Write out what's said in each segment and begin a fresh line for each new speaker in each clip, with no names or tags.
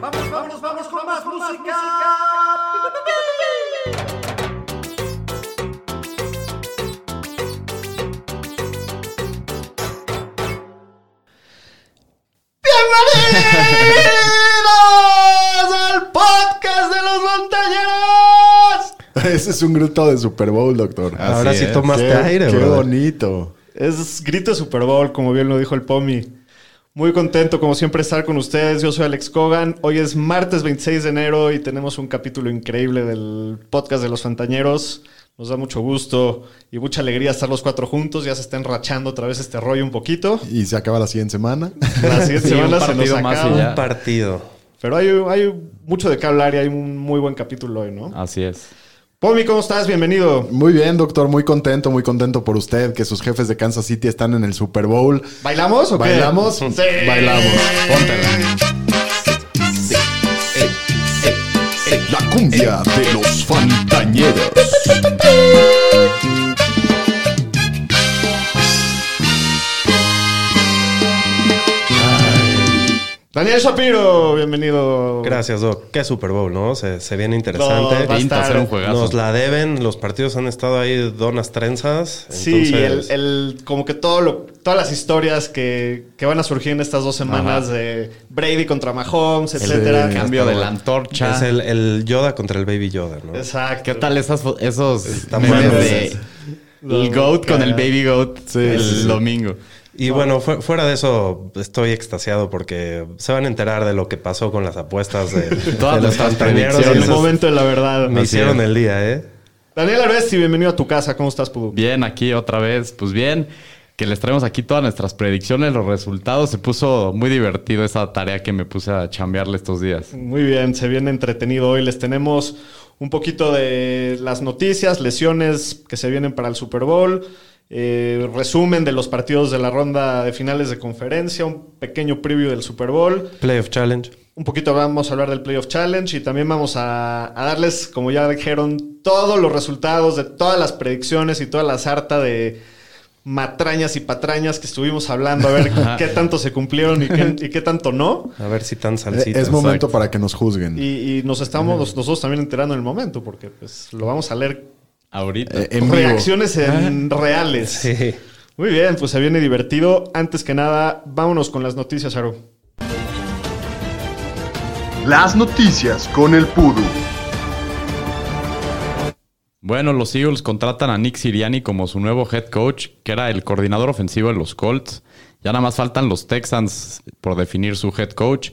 Vamos, vamos, vamos con más música.
¡Bienvenidos al podcast de los montañeros!
Ese es un grito de Super Bowl, doctor.
Ah, Ahora sí
es.
tomaste
qué,
aire,
qué
brother.
bonito.
Es grito de Super Bowl, como bien lo dijo el Pomi. Muy contento, como siempre, estar con ustedes. Yo soy Alex Cogan. Hoy es martes 26 de enero y tenemos un capítulo increíble del podcast de los Fantañeros. Nos da mucho gusto y mucha alegría estar los cuatro juntos. Ya se está enrachando otra vez este rollo un poquito.
Y se acaba la siguiente semana.
La siguiente
Sí, un
semana se nos
partido más y
acaba.
Un partido.
Pero hay, hay mucho de qué hablar y hay un muy buen capítulo hoy, ¿no?
Así es.
Pomi, ¿cómo estás? Bienvenido.
Muy bien, doctor. Muy contento, muy contento por usted que sus jefes de Kansas City están en el Super Bowl.
¿Bailamos o qué?
¿Bailamos?
Sí.
Bailamos. Póntela.
La cumbia de los Fantañeros.
Daniel Shapiro, bienvenido.
Gracias, Doc. Qué Super Bowl, ¿no? Se, se viene
No, va a
interesante.
Pinta
estar-
ser un juegazo.
Nos la deben. Los partidos han estado ahí donas trenzas.
Sí,
Entonces,
el, el- como que todo lo, todas las historias que, que van a surgir en estas dos semanas de Brady contra Mahomes, etcétera.
Sí.
Cambio de la antorcha.
es el, el Yoda contra el Baby Yoda, ¿no?
Exacto.
¿Qué tal esas fo- esos
Están
memes
buenos.
de
No,
el goat con el baby goat
Sí,
el
sí, sí.
domingo?
Y bueno, fu- fuera de eso, estoy extasiado porque se van a enterar de lo que pasó con las apuestas de,
Todas
de los
nuestras
pantaneros.
En el
predicciones.
Entonces,
momento de la verdad.
Me
Así
hicieron
es.
el día, ¿eh?
Daniel Aresti, bienvenido a tu casa. ¿Cómo estás, Pudu?
Bien, aquí otra vez, pues bien, que les traemos aquí todas nuestras predicciones, los resultados. Se puso muy divertido esa tarea que me puse a chambearle estos días.
Muy bien, se viene entretenido hoy. Les tenemos un poquito de las noticias, lesiones que se vienen para el Super Bowl, eh, resumen de los partidos de la ronda de finales de conferencia, un pequeño preview del Super Bowl.
Playoff Challenge.
Un poquito vamos a hablar del Playoff Challenge y también vamos a, a darles, como ya dijeron, todos los resultados de todas las predicciones y toda la sarta de matrañas y patrañas que estuvimos hablando, a ver qué tanto se cumplieron y qué, y qué tanto no.
A ver si tan
Eh,
salsita.
Es momento para que nos juzguen.
Y, y nos estamos nos- nosotros también enterando en el momento, porque pues lo vamos a leer
Ahorita.
Eh, en vivo.
reacciones en reales.
Sí.
Muy bien, pues se viene divertido. Antes que nada, vámonos con las noticias, Aru.
Las noticias con el Pudu.
Bueno, los Eagles contratan a Nick Siriani como su nuevo head coach, que era el coordinador ofensivo de los Colts. Ya nada más faltan los Texans por definir su head coach.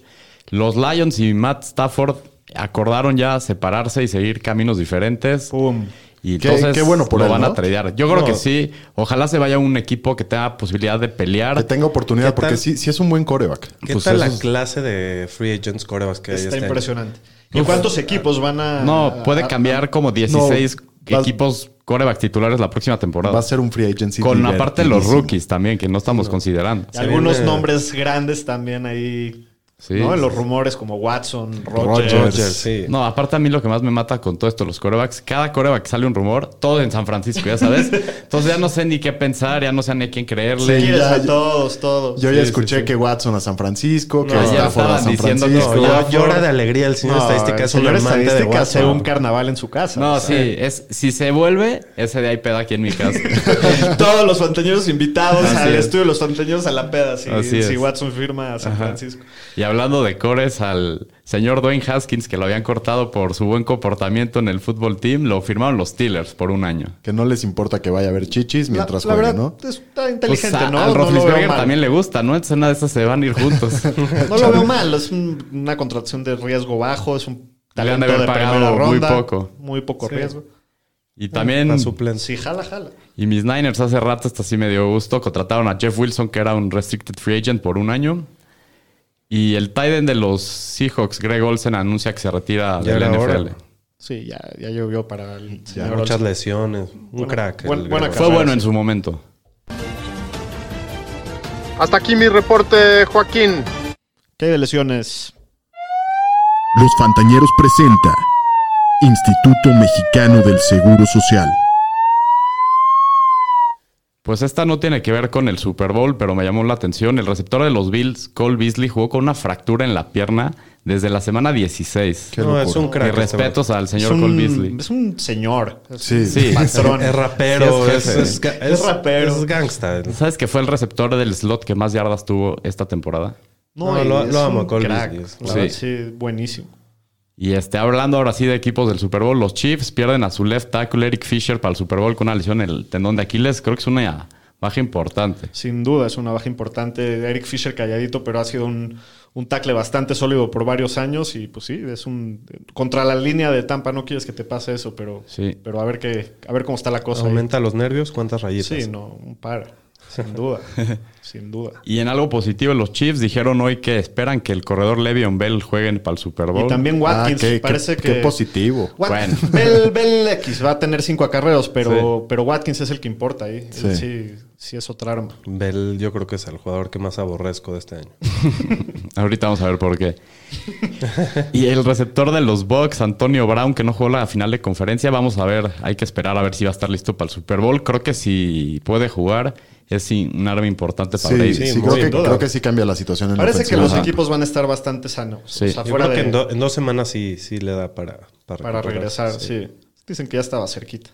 Los Lions y Matt Stafford acordaron ya separarse y seguir caminos diferentes.
Pum.
Y
Qué-
entonces
qué bueno por
lo
él,
van
¿no?
a tradear. Yo creo
No.
que sí. Ojalá se vaya un equipo que tenga posibilidad de pelear.
Que tenga oportunidad,
¿Qué tal?
porque sí, sí es un buen coreback.
¿Qué
Pues
tal
eso
la
es-
clase de free agents corebas que hay
Está
este año?
impresionante. ¿Y cuántos equipos van a.?
No, puede
a-
cambiar como 16
vas-
equipos corebacks titulares la próxima temporada.
Va a ser un free agency.
Con aparte los
divertidísimo.
rookies también, que no estamos considerando.
Y algunos
viene-
nombres grandes también ahí.
Sí.
¿no? En los rumores como Watson, Rogers.
Rodgers, sí.
No, aparte a mí lo que más me mata con todo esto, los corebacks, cada coreback sale un rumor, todo en San Francisco, ya sabes. Entonces ya no sé ni qué pensar, ya no sé ni a quién creerle.
Quieres
ya,
a
ya.
todos, todos.
Yo ya
Sí,
escuché
sí, sí.
que Watson a San Francisco, que
No, ya
Stafford a
estaban
San
diciendo,
Francisco.
No,
Francisco.
ya llora de alegría el señor
No,
estadística.
el
Es un
señor
amante de
estadística hace
Watson.
un carnaval en su casa.
No,
O sea,
sí, es, si se vuelve, ese de ahí peda aquí en mi casa.
Todos los fantañeros invitados
Así
al
es.
estudio, los fantañeros a la peda. Si,
Así
si
es.
Watson firma a San Francisco.
y hablando de cores, al señor Dwayne Haskins, que lo habían cortado por su buen comportamiento en el fútbol team, lo firmaron los Steelers por un año.
Que no les importa que vaya a ver chichis mientras
la, la
juegue,
verdad,
¿no?
está inteligente,
Pues, a-
¿no? no lo veo
Al Roethlisberger
mal.
también le gusta, ¿no? Entonces en una de esas se van a ir juntos.
No lo veo mal, es un- una contratación de riesgo bajo, es un
Le han
talento
de
de,
haber
primera
pagado
ronda.
muy poco.
Muy poco riesgo.
y también
La suplencia.
Sí, jala, jala.
Y mis Niners hace rato, hasta sí me dio gusto, contrataron a Jeff Wilson, que era un restricted free agent por un año. Y el tight end de los Seahawks, Greg Olsen, anuncia que se retira
Ya
del
era
NFL.
hora.
Sí, ya, ya llovió para el señor
Muchas
Olsen.
lesiones. Un crack.
buen-
el
buena
Guerrero.
Fue bueno
sí.
en su momento.
Hasta aquí mi reporte, Joaquín.
¿Qué hay de lesiones?
Los Fantañeros presenta Instituto Mexicano del Seguro Social.
Pues esta no tiene que ver con el Super Bowl, pero me llamó la atención. El receptor de los Bills, Cole Beasley, jugó con una fractura en la pierna desde la semana 16.
Qué
No, es
locura.
un crack. este
Mis respetos al
Es
señor Cole Beasley.
un, es un señor.
Sí.
Sí.
Patrón.
Es rapero,
Sí, es
es,
jefe.
es ga-
Es
es-
rapero.
Es gangsta.
¿Sabes que fue el receptor del slot que más yardas tuvo esta temporada?
No,
y
lo-
es
lo amo,
un
Cole
crack.
Beasley.
La
Sí.
verdad, sí, buenísimo.
Y este, hablando ahora sí de equipos del Super Bowl, los Chiefs pierden a su left tackle Eric Fisher para el Super Bowl con una lesión en el tendón de Aquiles. Creo que es una baja importante.
Sin duda, es una baja importante. Eric Fisher calladito, pero ha sido un, un tackle bastante sólido por varios años. Y pues sí, es un. Contra la línea de Tampa, no quieres que te pase eso, pero,
Sí.
pero a ver qué, a ver cómo está la cosa. ahí.
Aumenta los nervios, cuántas rayitas.
Sí, no, un par. Sin duda. sin duda.
Y en algo positivo, los Chiefs dijeron hoy que esperan que el corredor Le'Veon Bell juegue para el Super Bowl.
Y también Watkins,
Ah, qué- qué-
parece que.
Qué positivo.
Wat-
Bueno.
Bell, Bell X va a tener cinco acarreos, pero,
Sí.
pero Watkins es el que importa ahí. Él Sí.
Sí.
sí, es otra arma.
Bell, yo creo que es el jugador que más aborrezco de este año.
Ahorita vamos a ver por qué. y el receptor de los Bucks, Antonio Brown, que no jugó la final de conferencia, vamos a ver, hay que esperar a ver si va a estar listo para el Super Bowl. Creo que si puede jugar, es sí, un arma importante para
Sí,
Davis.
sí,
muy
creo, que,
bien.
creo que sí cambia la situación en la
Parece que
ofensiva.
los
pues Ajá.
equipos van a estar bastante sanos.
Sí.
O sea,
Yo
fuera
creo que
de,
en, do- en dos semanas sí, sí le da para, para,
para
recuperarse,
regresar, sí. Dicen que ya estaba cerquita.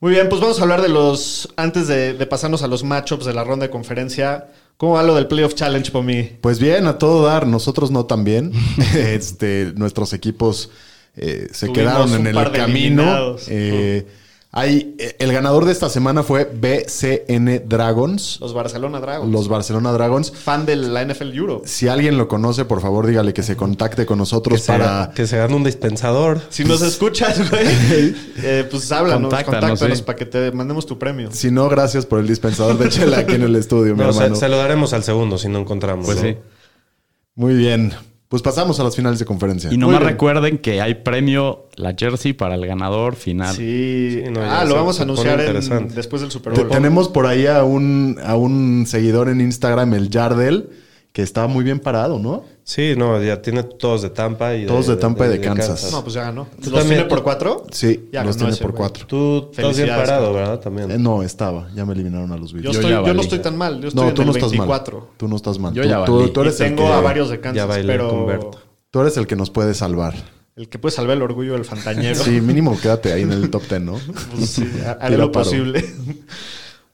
Muy bien, pues vamos a hablar de los. Antes de, de pasarnos a los matchups de la ronda de conferencia, ¿cómo va lo del Playoff Challenge, por mí?
Pues bien, a todo dar, nosotros no tan bien. este, nuestros equipos eh, se
Tuvimos
quedaron
un
en
par
el
de
camino.
eliminados.
Eh, hay, eh, el ganador de esta semana fue BCN Dragons,
Los Barcelona Dragons.
los Barcelona Dragons.
fan de la NFL Euro.
Si alguien lo conoce, por favor, dígale que se contacte con
Que
Pues
nosotros
se,
para...
que se gane un dispensador.
Si nos escuchas, güey, eh, pues háblanos,
Contáctanos,
contáctanos
sí.
para que te mandemos tu premio.
Si no, gracias por el dispensador de chela aquí en el estudio, mi
No, se,
hermano.
se lo daremos al segundo si no encontramos. ¿no?
Pues sí.
Muy bien. Pues pasamos a las finales de conferencia.
Y nomás recuerden que hay premio la jersey para el ganador final.
Ah, Sí.
Sí, no, ya
ah,
se-
lo vamos a
se pone
anunciar en-
interesante.
después del Super
Te-
Bowl.
tenemos por ahí a un, a un seguidor en Instagram, el Jardel, que está muy bien parado, ¿no?
Sí, no, ya tiene todos de Tampa y
Todos de Tampa y de Kansas.
No, pues ya ganó.
Tú
¿Los
también-
tiene por cuatro?
Sí,
Ya
los
ganó
tiene
ese,
por
güey.
cuatro.
Tú estás bien
pues, Felicidades,
parado,
cabrón.
¿verdad? También.
Eh, no, estaba. Ya me eliminaron a los
Yo,
Bills.
Yo
estoy,
ya
yo
valí.
no estoy tan mal. Yo estoy
no,
en
tú
el
no estás
24.
mal. Tú no estás mal.
Yo
tú,
ya
tú-
valí.
tú
Y
eres el
tengo
que,
a varios de
ya
Kansas,
bailé con
pero
Berto.
tú eres el que nos puede salvar.
el que puede salvar el orgullo del fantañero.
Sí, mínimo quédate ahí en el top ten, ¿no?
Pues sí, ha- haré
Tira
lo
paro.
posible.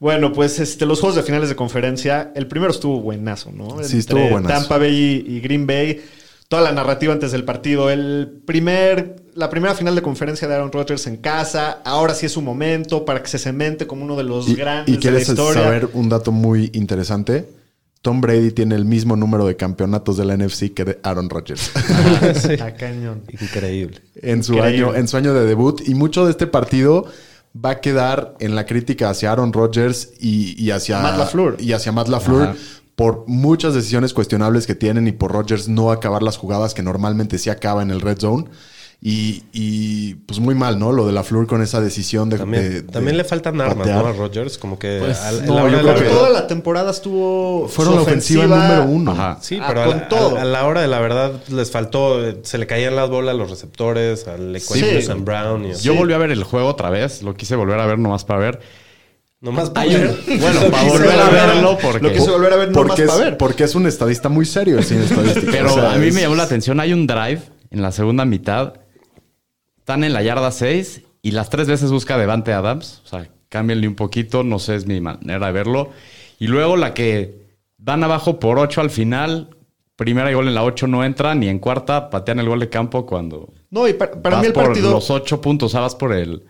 Bueno, pues este, los juegos de finales de conferencia, el primero estuvo buenazo, ¿no?
Sí, estuvo buenazo.
Tampa Bay y, y Green Bay, toda la narrativa antes del partido, el primer, la primera final de conferencia de Aaron Rodgers en casa, ahora sí es su momento para que se cemente como uno de los
Y,
grandes
y
de la
quieres
historia.
saber un dato muy interesante. Tom Brady tiene el mismo número de campeonatos de la NFC que de Aaron Rodgers.
A Ah, cañón.
Increíble.
en su
Increíble.
año en su año de debut y mucho de este partido va a quedar en la crítica hacia Aaron Rodgers y, y hacia
Matt LaFleur.
y hacia Matt LaFleur
Ajá.
por muchas decisiones cuestionables que tienen y por Rodgers no acabar las jugadas que normalmente sí acaba en el red zone y, y, pues muy mal, ¿no? Lo de LaFleur con esa decisión de
También,
de-
también
de
le faltan armas,
patear.
¿no? A Rodgers, como que.
Pues,
al-
no,
la hora
yo
de
creo
la
que-
verdad-
Toda la temporada estuvo
fueron
su
la ofensiva número uno.
Ajá.
Sí,
Ah,
pero a,
con
la,
todo.
a- a la hora de la verdad les faltó, eh, se le caían las bolas a los receptores, al equipo de
Sí.
Sam Brown y así.
Yo volví a ver el juego otra vez, lo quise volver a ver nomás para ver.
Nomás
Hay
para-
un- bueno,
Lo
para
quise
volver a
ver.
verlo porque-
Lo quise volver a ver nomás
porque es,
para ver.
porque es un estadista muy serio el señor estadístico.
Pero
Este, O sea,
a mí
es-
me llamó la atención, hay un drive en la segunda mitad. Están en la yarda 6 y las tres veces busca Devante Adams. O sea, cámbienle un poquito, no sé, es mi manera de verlo. Y luego la que van abajo por 8 al final, primera y gol en la 8 no entra, ni en cuarta patean el gol de campo cuando
No, y pa- para,
vas
mí el
por
partido...
los 8 puntos, o sea, vas por el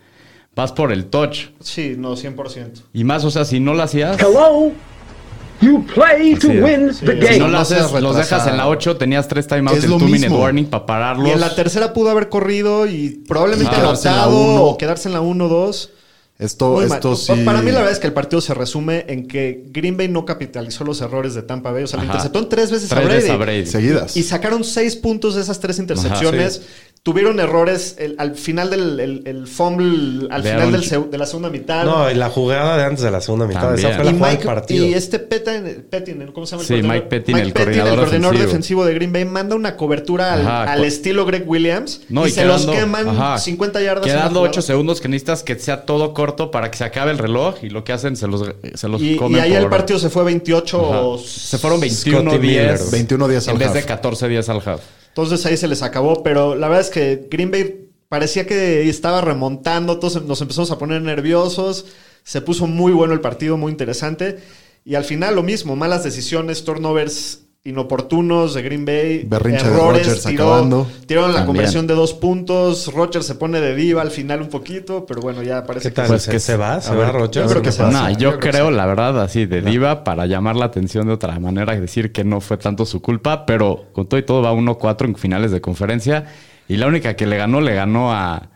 vas por el touch.
Sí, no, 100%.
Y más, o sea, si no la hacías,
Hello? You play to win the
si no
game.
la
no
haces,
seas
los dejas
retrasado.
en la 8, tenías tres timeouts
Es
en
lo
2 minute
mismo.
warning para pararlos.
Y en la tercera pudo haber corrido y probablemente
Y quedarse en la
anotado
uno.
o quedarse en la 1-2.
esto
Muy mal.
esto sí
Para mí la verdad es que el partido se resume en que Green Bay no capitalizó los errores de Tampa Bay. O sea, le
Ajá.
interceptó en tres veces
Tres
a Brady.
veces a Brady.
seguidas.
Y sacaron seis puntos de esas tres intercepciones. tuvieron errores el- al final del el, el fumble, al
De
final
Aaron
del
Ch-
seu- de la segunda mitad.
No, y la jugada de antes de la segunda mitad.
También.
Esa fue la
y,
jugada
Mike-
del partido.
y este Petin, Petin, ¿cómo se llama? el
Sí,
coordinador?
Mike Petin, el coordinador ofensivo.
defensivo de Green Bay, manda una cobertura al,
Ajá,
al
co-
estilo Greg Williams
No,
y,
y
se
quedando-
los queman
ajá.
50 yardas. en la
Quedando
jugada.
8 segundos que necesitas que sea todo corto para que se acabe el reloj y lo que hacen se los, se los
Y,
comen.
y ahí el
por-
partido se fue 28
Ajá.
o-
Se fueron
Scotty Miller,
21-10.
21-10 al
En vez de
half.
14-10 al half.
Entonces ahí se les acabó, pero la verdad es que Green Bay parecía que estaba remontando, todos em, nos empezamos a poner nerviosos, se puso muy bueno el partido, muy interesante, y al final lo mismo, malas decisiones, turnovers inoportunos de Green Bay,
Berrinche de Rodgers acabando.
tiró, tiraron la
También.
conversión de dos puntos, Rodgers se pone de diva al final un poquito, pero bueno, ya parece
¿Qué tal?
que...
Pues
¿Se,
que-
se va? ¿Se
a
va
ver,
Rodgers?
yo creo que se va.
No,
Yo
yo
creo que
creo,
sí.
la verdad, así de diva para llamar la atención de otra manera, decir que no fue tanto su culpa, pero con todo y todo va 1-4 en finales de conferencia. Y la única que le ganó, le ganó a,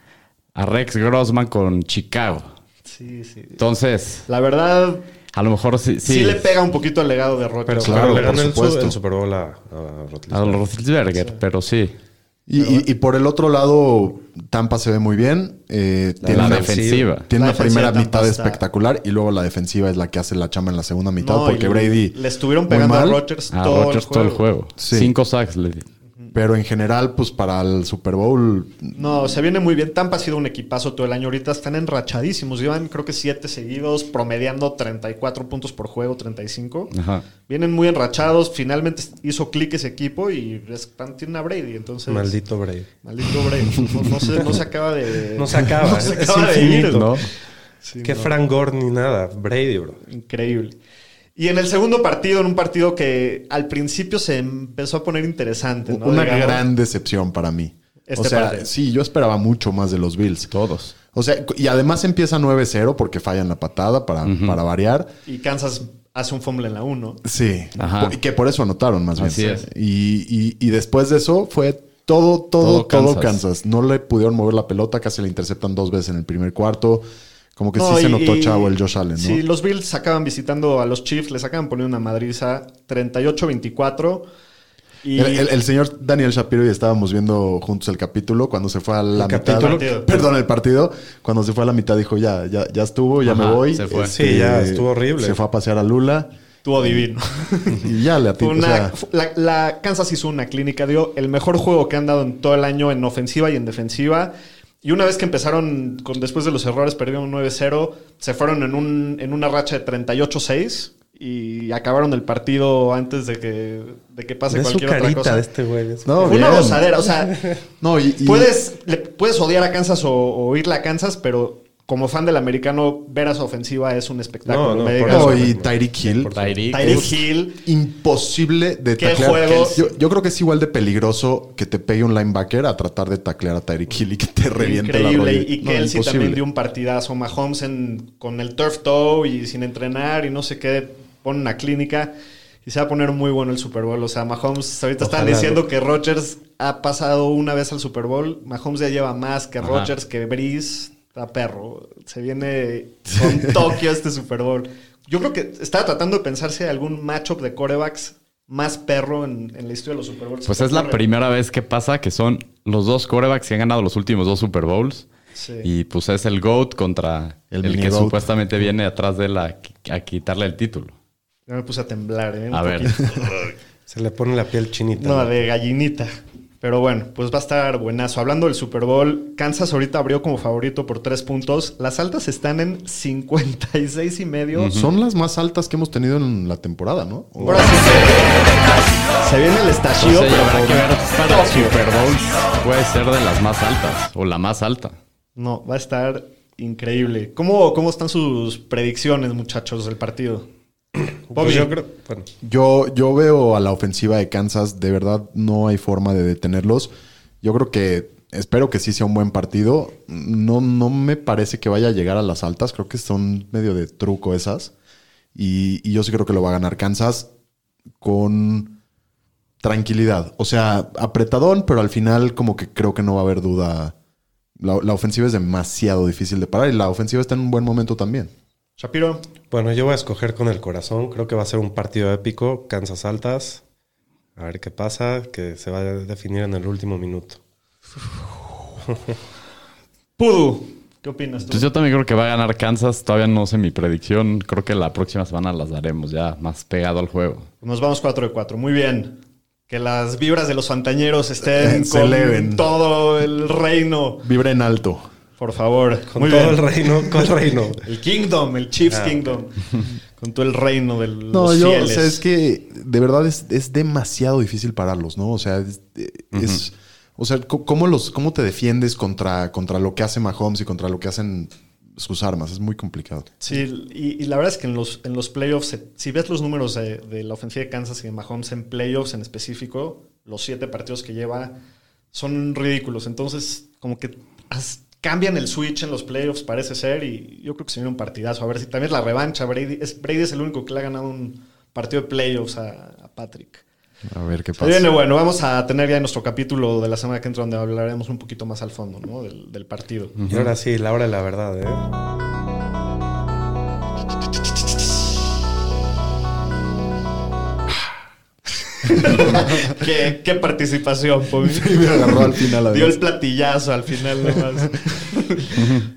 a Rex Grossman con Chicago.
Sí, sí.
Entonces,
La verdad,
a lo mejor sí.
sí,
Sí,
le pega un poquito el legado de Rodgers.
Pero,
Claro,
pero le
por
ganó el, su-
supuesto.
el Super Bowl a, a
A
Roethlisberger.
Roethlisberger, pero sí.
Y, y- y por el otro lado, Tampa se ve muy bien. eh, tiene
la
una,
defensiva.
tiene
La
una primera
defensiva de Tampa
mitad
está-
espectacular y luego la defensiva es la que hace la chamba en la segunda mitad
No,
porque
y
Brady.
Le estuvieron
muy
pegando a
mal,
Rodgers
A
todo,
Rodgers
el
todo el juego.
Sí.
Cinco sacks le di.
Pero en general, pues para el Super Bowl,
No, se viene muy bien. Tampa ha sido un equipazo todo el año. Ahorita están enrachadísimos. Llevan creo que siete seguidos, promediando 34 puntos por juego, 35.
Ah.
Ajá.
Vienen muy enrachados. Finalmente hizo clic ese equipo y espantan a Brady. Entonces,
Maldito Brady.
maldito Brady. No, no se, no se acaba de...
No se acaba,
no se
es
acaba de ir. ¿no?
infinito.
¿No?
Sí,
Qué
no.
Frank Gore ni nada. Brady, bro.
Increíble. Y en el segundo partido, en un partido que al principio se empezó a poner interesante. Este, ¿no?
una
Digamos,
gran decepción para mí.
Este
o sea,
partido.
sí, yo esperaba mucho más de los Bills.
Todos.
O sea, y además empieza 9-0 porque fallan la patada para, para variar.
Y Kansas hace un fumble en la 1.
Sí.
Ajá.
Po- Y que por eso anotaron más
Así
bien.
es.
Y, y- y después de eso fue todo, todo, todo,
Todo
Kansas.
Kansas.
No le pudieron mover la pelota, casi la interceptan dos veces en el primer cuarto. Como que
No,
sí se
y-
notó
y-
chavo el Josh Allen, ¿no?
Sí, los Bills acaban visitando a los Chiefs, les acaban poniendo una madriza 38-24. Y
El, el- el señor Daniel Shapiro y estábamos viendo juntos el capítulo cuando se fue a la
El
mitad.
capítulo.
Partido.
Perdón, el partido. Cuando se fue a la mitad dijo, ya, ya, ya estuvo, ya
Ajá,
me voy. Este,
se fue.
Sí, ya estuvo horrible.
Se fue a pasear a Lula
tuvo divino.
y ya le atinó.
Una- la, la Kansas hizo una clínica, dio el mejor juego que han dado en todo el año en ofensiva y en defensiva. Y una vez que empezaron, con, después de los errores, perdieron 9-0, se fueron en, un, en una racha de 38-6 y acabaron el partido antes de que, de que pase
Ve su
cualquier otra
carita
cosa.
de este güey. es-
No,
Fue una
bien.
gozadera, o sea,
No, y, y-
Puedes, le, puedes odiar a Kansas o, o irle a Kansas, pero como fan del americano, ver a su ofensiva es un espectáculo.
No, no,
me
por
digas.
no,
eso.
y Tyreek Hill.
Tyreek.
Tyreek
Es-
Hill.
Imposible de
Qué
taclear.
juego.
Yo, yo creo que es igual de peligroso que te pegue un linebacker a tratar de taclear a Tyreek Hill y que te reviente la
Increíble.
rodilla.
Y
No,
Kelsey
imposible.
también dio un partidazo. Mahomes en- con el turf toe y sin entrenar y no sé qué. Pone una clínica y se va a poner muy bueno el Super Bowl. O sea, Mahomes, ahorita están
Ojalá.
diciendo que Rodgers ha pasado una vez al Super Bowl. Mahomes ya lleva más que
Ajá.
Rodgers, que Breeze. Está perro. Se viene con Tokio este Super Bowl. Yo creo que estaba tratando de pensar si hay algún matchup de corebacks más perro en, en la historia de los Super Bowls.
Pues es la
Corre.
primera vez que pasa que son los dos corebacks que han ganado los últimos dos Super Bowls.
Sí.
Y pues es el GOAT contra
El
el,
mini
que
GOAT.
supuestamente viene atrás de él a, a quitarle el título.
Ya me puse a temblar, ¿eh? Un
A ver.
poquito.
Se le pone la piel chinita.
No, de gallinita. Pero bueno, pues va a estar buenazo. Hablando del Super Bowl, Kansas ahorita abrió como favorito por tres puntos. Las altas están en 56 y medio.
Son las más altas que hemos tenido en la temporada, ¿no?
Ahora sí se- se viene el estallido. pero
Entonces, habrá que
por
ver para el
Tokio.
Super Bowl. Puede ser de las más altas o la más alta.
No, va a estar increíble. ¿Cómo, cómo están sus predicciones, muchachos, del partido? Bobby.
Pues yo creo. Bueno,
Yo, yo veo a la ofensiva de Kansas, de verdad no hay forma de detenerlos. Yo creo que, espero que sí sea un buen partido. No, no me parece que vaya a llegar a las altas, creo que son medio de truco esas. Y, y yo sí creo que lo va a ganar Kansas con tranquilidad. O sea, apretadón, pero al final como que creo que no va a haber duda. La, la ofensiva es demasiado difícil de parar y la ofensiva está en un buen momento también.
Shapiro,
bueno, yo voy a escoger con el corazón. Creo que va a ser un partido épico. Kansas altas. A ver qué pasa. Que se va a definir en el último minuto.
Pudu, ¿qué opinas tú?
Pues yo también creo que va a ganar Kansas. Todavía no sé mi predicción. Creo que la próxima semana las daremos ya más pegado al juego.
Nos vamos 4 de 4. Muy bien. Que las vibras de los fantañeros
Eh,
estén
Se
con
eleven.
todo el reino.
Vibra en alto.
Por favor.
Con
Muy
todo
bien.
el reino, con el reino.
El Kingdom, el Chiefs
Ah.
Kingdom. Con todo el reino de los
No, yo,
fieles.
o sea, es que de verdad es, es demasiado difícil pararlos, ¿no? O sea, es. eh, es- o sea, co- ¿cómo, los, ¿cómo te defiendes contra, contra lo que hace Mahomes y contra lo que hacen sus armas? Es muy complicado.
Sí, y, y la verdad es que en los, en los playoffs, eh, si ves los números de, de la ofensiva de Kansas y de Mahomes en playoffs en específico, los siete partidos que lleva son ridículos. Entonces, como que as- cambian el switch en los playoffs, parece ser, y yo creo que se viene un partidazo. A ver si también es la revancha. Brady es, Brady es el único que le ha ganado un partido de playoffs a, a Patrick.
A ver qué
Se
pasa.
viene bueno, vamos a tener ya nuestro capítulo de la semana que entra donde hablaremos un poquito más al fondo ¿no? del, del partido.
Y ahora sí, la hora de la verdad, ¿eh?
¿Qué, qué participación, Pomi.
Me agarró al final.
Dio
además.
el platillazo al final nomás.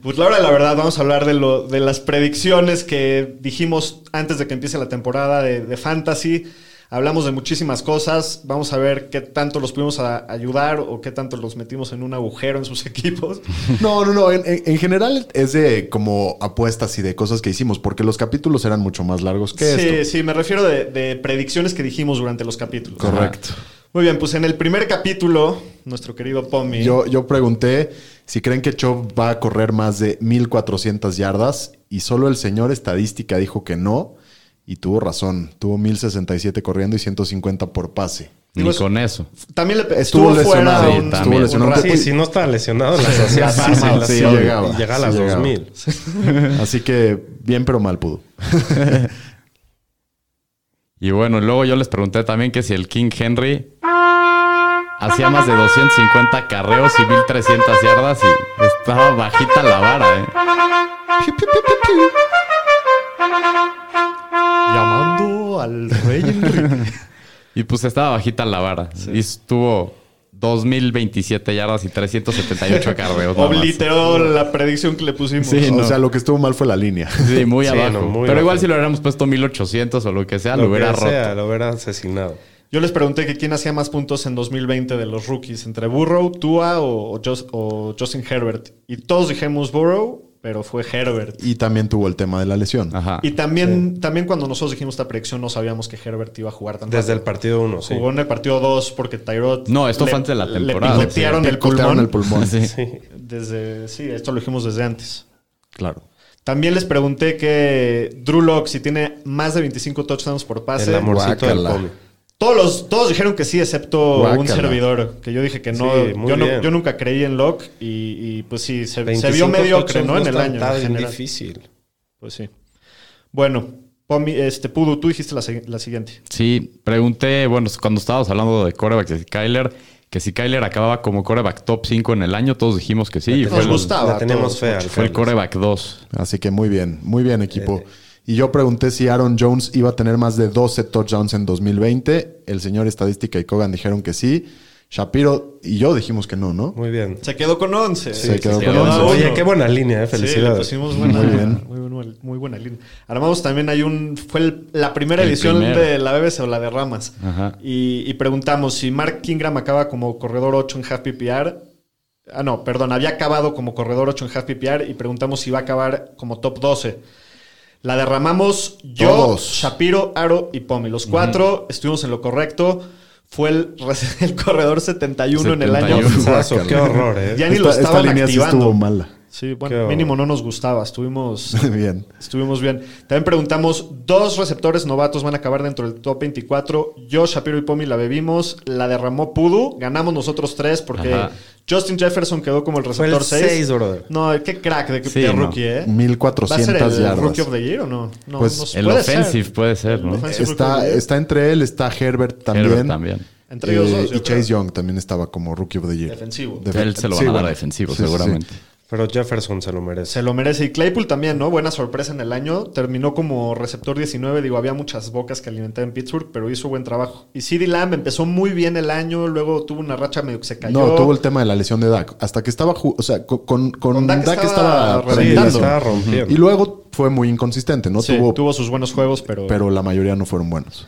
pues Laura, la verdad, vamos a hablar de, lo, de las predicciones que dijimos antes de que empiece la temporada de, de Fantasy. Hablamos de muchísimas cosas. Vamos a ver qué tanto los pudimos a- ayudar o qué tanto los metimos en un agujero en sus equipos.
No, no, no. En, en- en general es de como apuestas y de cosas que hicimos, porque los capítulos eran mucho más largos que
sí,
esto.
sí, me refiero de, de predicciones que dijimos durante los capítulos.
Correcto.
Ajá. Muy bien, pues en el primer capítulo, nuestro querido Pomi.
Yo, yo pregunté si creen que Chop va a correr más de 1400 yardas y solo el señor estadística dijo que no y tuvo razón. Tuvo 1067 corriendo y 150 por pase.
Ni
Digo, es-
con eso.
También le pe-
Estuvo
estuvo,
lesionado,
fuera
sí,
un,
también.
un
Estuvo
rato.
lesionado.
Sí, si no estaba lesionado, las hacía
Sí,
fácil.
sí,
las
sí,
hacía-
llegaba,
y llegaba a las
sí, llegaba.
2000.
Así que bien pero mal pudo.
Y bueno, y luego yo les pregunté también que si el King Henry hacía más de 250 carreos y 1300 yardas y estaba bajita la vara, ¿eh?
Llamando al rey Enrique.
Y pues estaba bajita la vara. Y estuvo 2027 yardas y 378 carreos. nada más.
Obliteró la predicción que le pusimos.
Sí,
o
no.
sea, lo que estuvo mal fue la línea.
Sí, muy
Sí,
abajo.
no, muy
Pero
abajo.
igual si lo hubiéramos puesto 1800 o lo que sea, Ah, lo,
Lo que
hubiera roto.
sea, lo hubiera asesinado.
Yo les pregunté que quién hacía más puntos en 2020 de los rookies, entre Burrow, Tua o, o Jos- o Justin Herbert. Y todos dijimos Burrow, pero fue Herbert.
Y también tuvo el tema de la lesión.
Ajá.
Y también, también cuando nosotros dijimos esta predicción no sabíamos que Herbert iba a jugar tan
Desde el
rápido.
partido 1, sí.
Jugó en el partido 2 porque Tyrod...
No, esto fue antes de la temporada.
Le picotearon
Le
el
cortaron
pulmón.
el pulmón.
Sí.
Desde, sí, esto lo dijimos desde antes.
Claro.
También les pregunté que Drew Lock si tiene más de 25 touchdowns por pase.
El amorcito del
Guácala.
Pomi.
Todos, los, todos dijeron que sí, excepto
Guácala.
un servidor, que yo dije que no.
Sí, muy
yo, no-
bien.
yo nunca creí en Locke y, y, pues sí, se, se vio mediocre, ¿no? En el año. en general.
difícil.
Pues sí. Bueno, Pomi, este, Pudu, tú dijiste la, se- la siguiente.
Sí, pregunté, bueno, cuando estábamos hablando de corebacks de Kyler, que si Kyler acababa como coreback top 5 en el año, todos dijimos que sí. y fue
Nos
el,
gustaba.
La
todos.
tenemos fea. al
fue el
Carlos.
coreback 2.
Así que muy bien, muy
Eh.
bien equipo. y yo pregunté si Aaron Jones iba a tener más de 12 touchdowns en 2020. El señor estadística y Kogan dijeron que sí. Shapiro y yo dijimos que no, ¿no?
Muy bien.
Se quedó con 11.
Se quedó
sí,
con
sí.
once.
Ah,
Oye,
bueno.
qué buena línea, eh.
Felicidades.
Felicidades.
Sí, le pusimos buena, muy,
Muy bien.
buena, muy buena línea. Armamos también hay un. Fue el- la primera
El
edición
primero.
de la BBC o la de Ramas.
Ajá.
Y, y preguntamos si Mark Ingram acaba como corredor 8 en half PPR. Ah, no, perdón, había acabado como corredor 8 en half PPR y preguntamos si va a acabar como top 12. La derramamos yo,
Todos.
Shapiro, Aro y Pomi. Los cuatro estuvimos en lo correcto. Fue el, el corredor 71, en el año.
71.
Guacazo, Qué horror,
Ya
eh.
ni lo
Esta- esta
estaban
línea sí
activando.
estuvo mala.
Sí,
Qué
bueno, mínimo no nos gustaba. Estuvimos,
bien.
estuvimos bien. También preguntamos, dos receptores novatos van a acabar dentro del top 24. Yo, Shapiro y Pomi la bebimos, la derramó Pudu, ganamos nosotros tres porque
Ajá.
Justin Jefferson quedó como el
Fue el
receptor
6,
6.
brother.
No, qué crack de,
Sí,
de
no.
rookie, ¿eh? ¿Va a ser
1400
el
yardas.
rookie of the year o no? no
Pues,
no sé,
El
puede
offensive pues.
ser.
puede ser, ¿no?
El offensive rookie of
Está,
the year.
está entre él, está Herbert también.
Herbert también.
Entre ellos
Eh,
dos, yo
y Chase
creo.
Young también estaba como Rookie of the Year.
Defensivo.
Defe-
Él se lo van a dar defensivo, seguramente.
Pero Jefferson se lo merece.
Se lo merece. Y Claypool también, ¿no? Buena sorpresa en el año. Terminó como receptor 19. Digo, había muchas bocas que alimentar en Pittsburgh, pero hizo buen trabajo. Y CeeDee Lamb empezó muy bien el año. Luego tuvo una racha medio que se cayó.
No, tuvo el tema de la lesión de Dak. Hasta que estaba, ju- o sea, co- con, con,
Con Dak
Dak,
estaba
estaba,
rompiendo.
prendiendo.
Sí, estaba rompiendo.
Y luego fue muy inconsistente, ¿no?
Sí, tuvo,
tuvo,
sus buenos juegos, pero...
pero la mayoría no fueron buenos.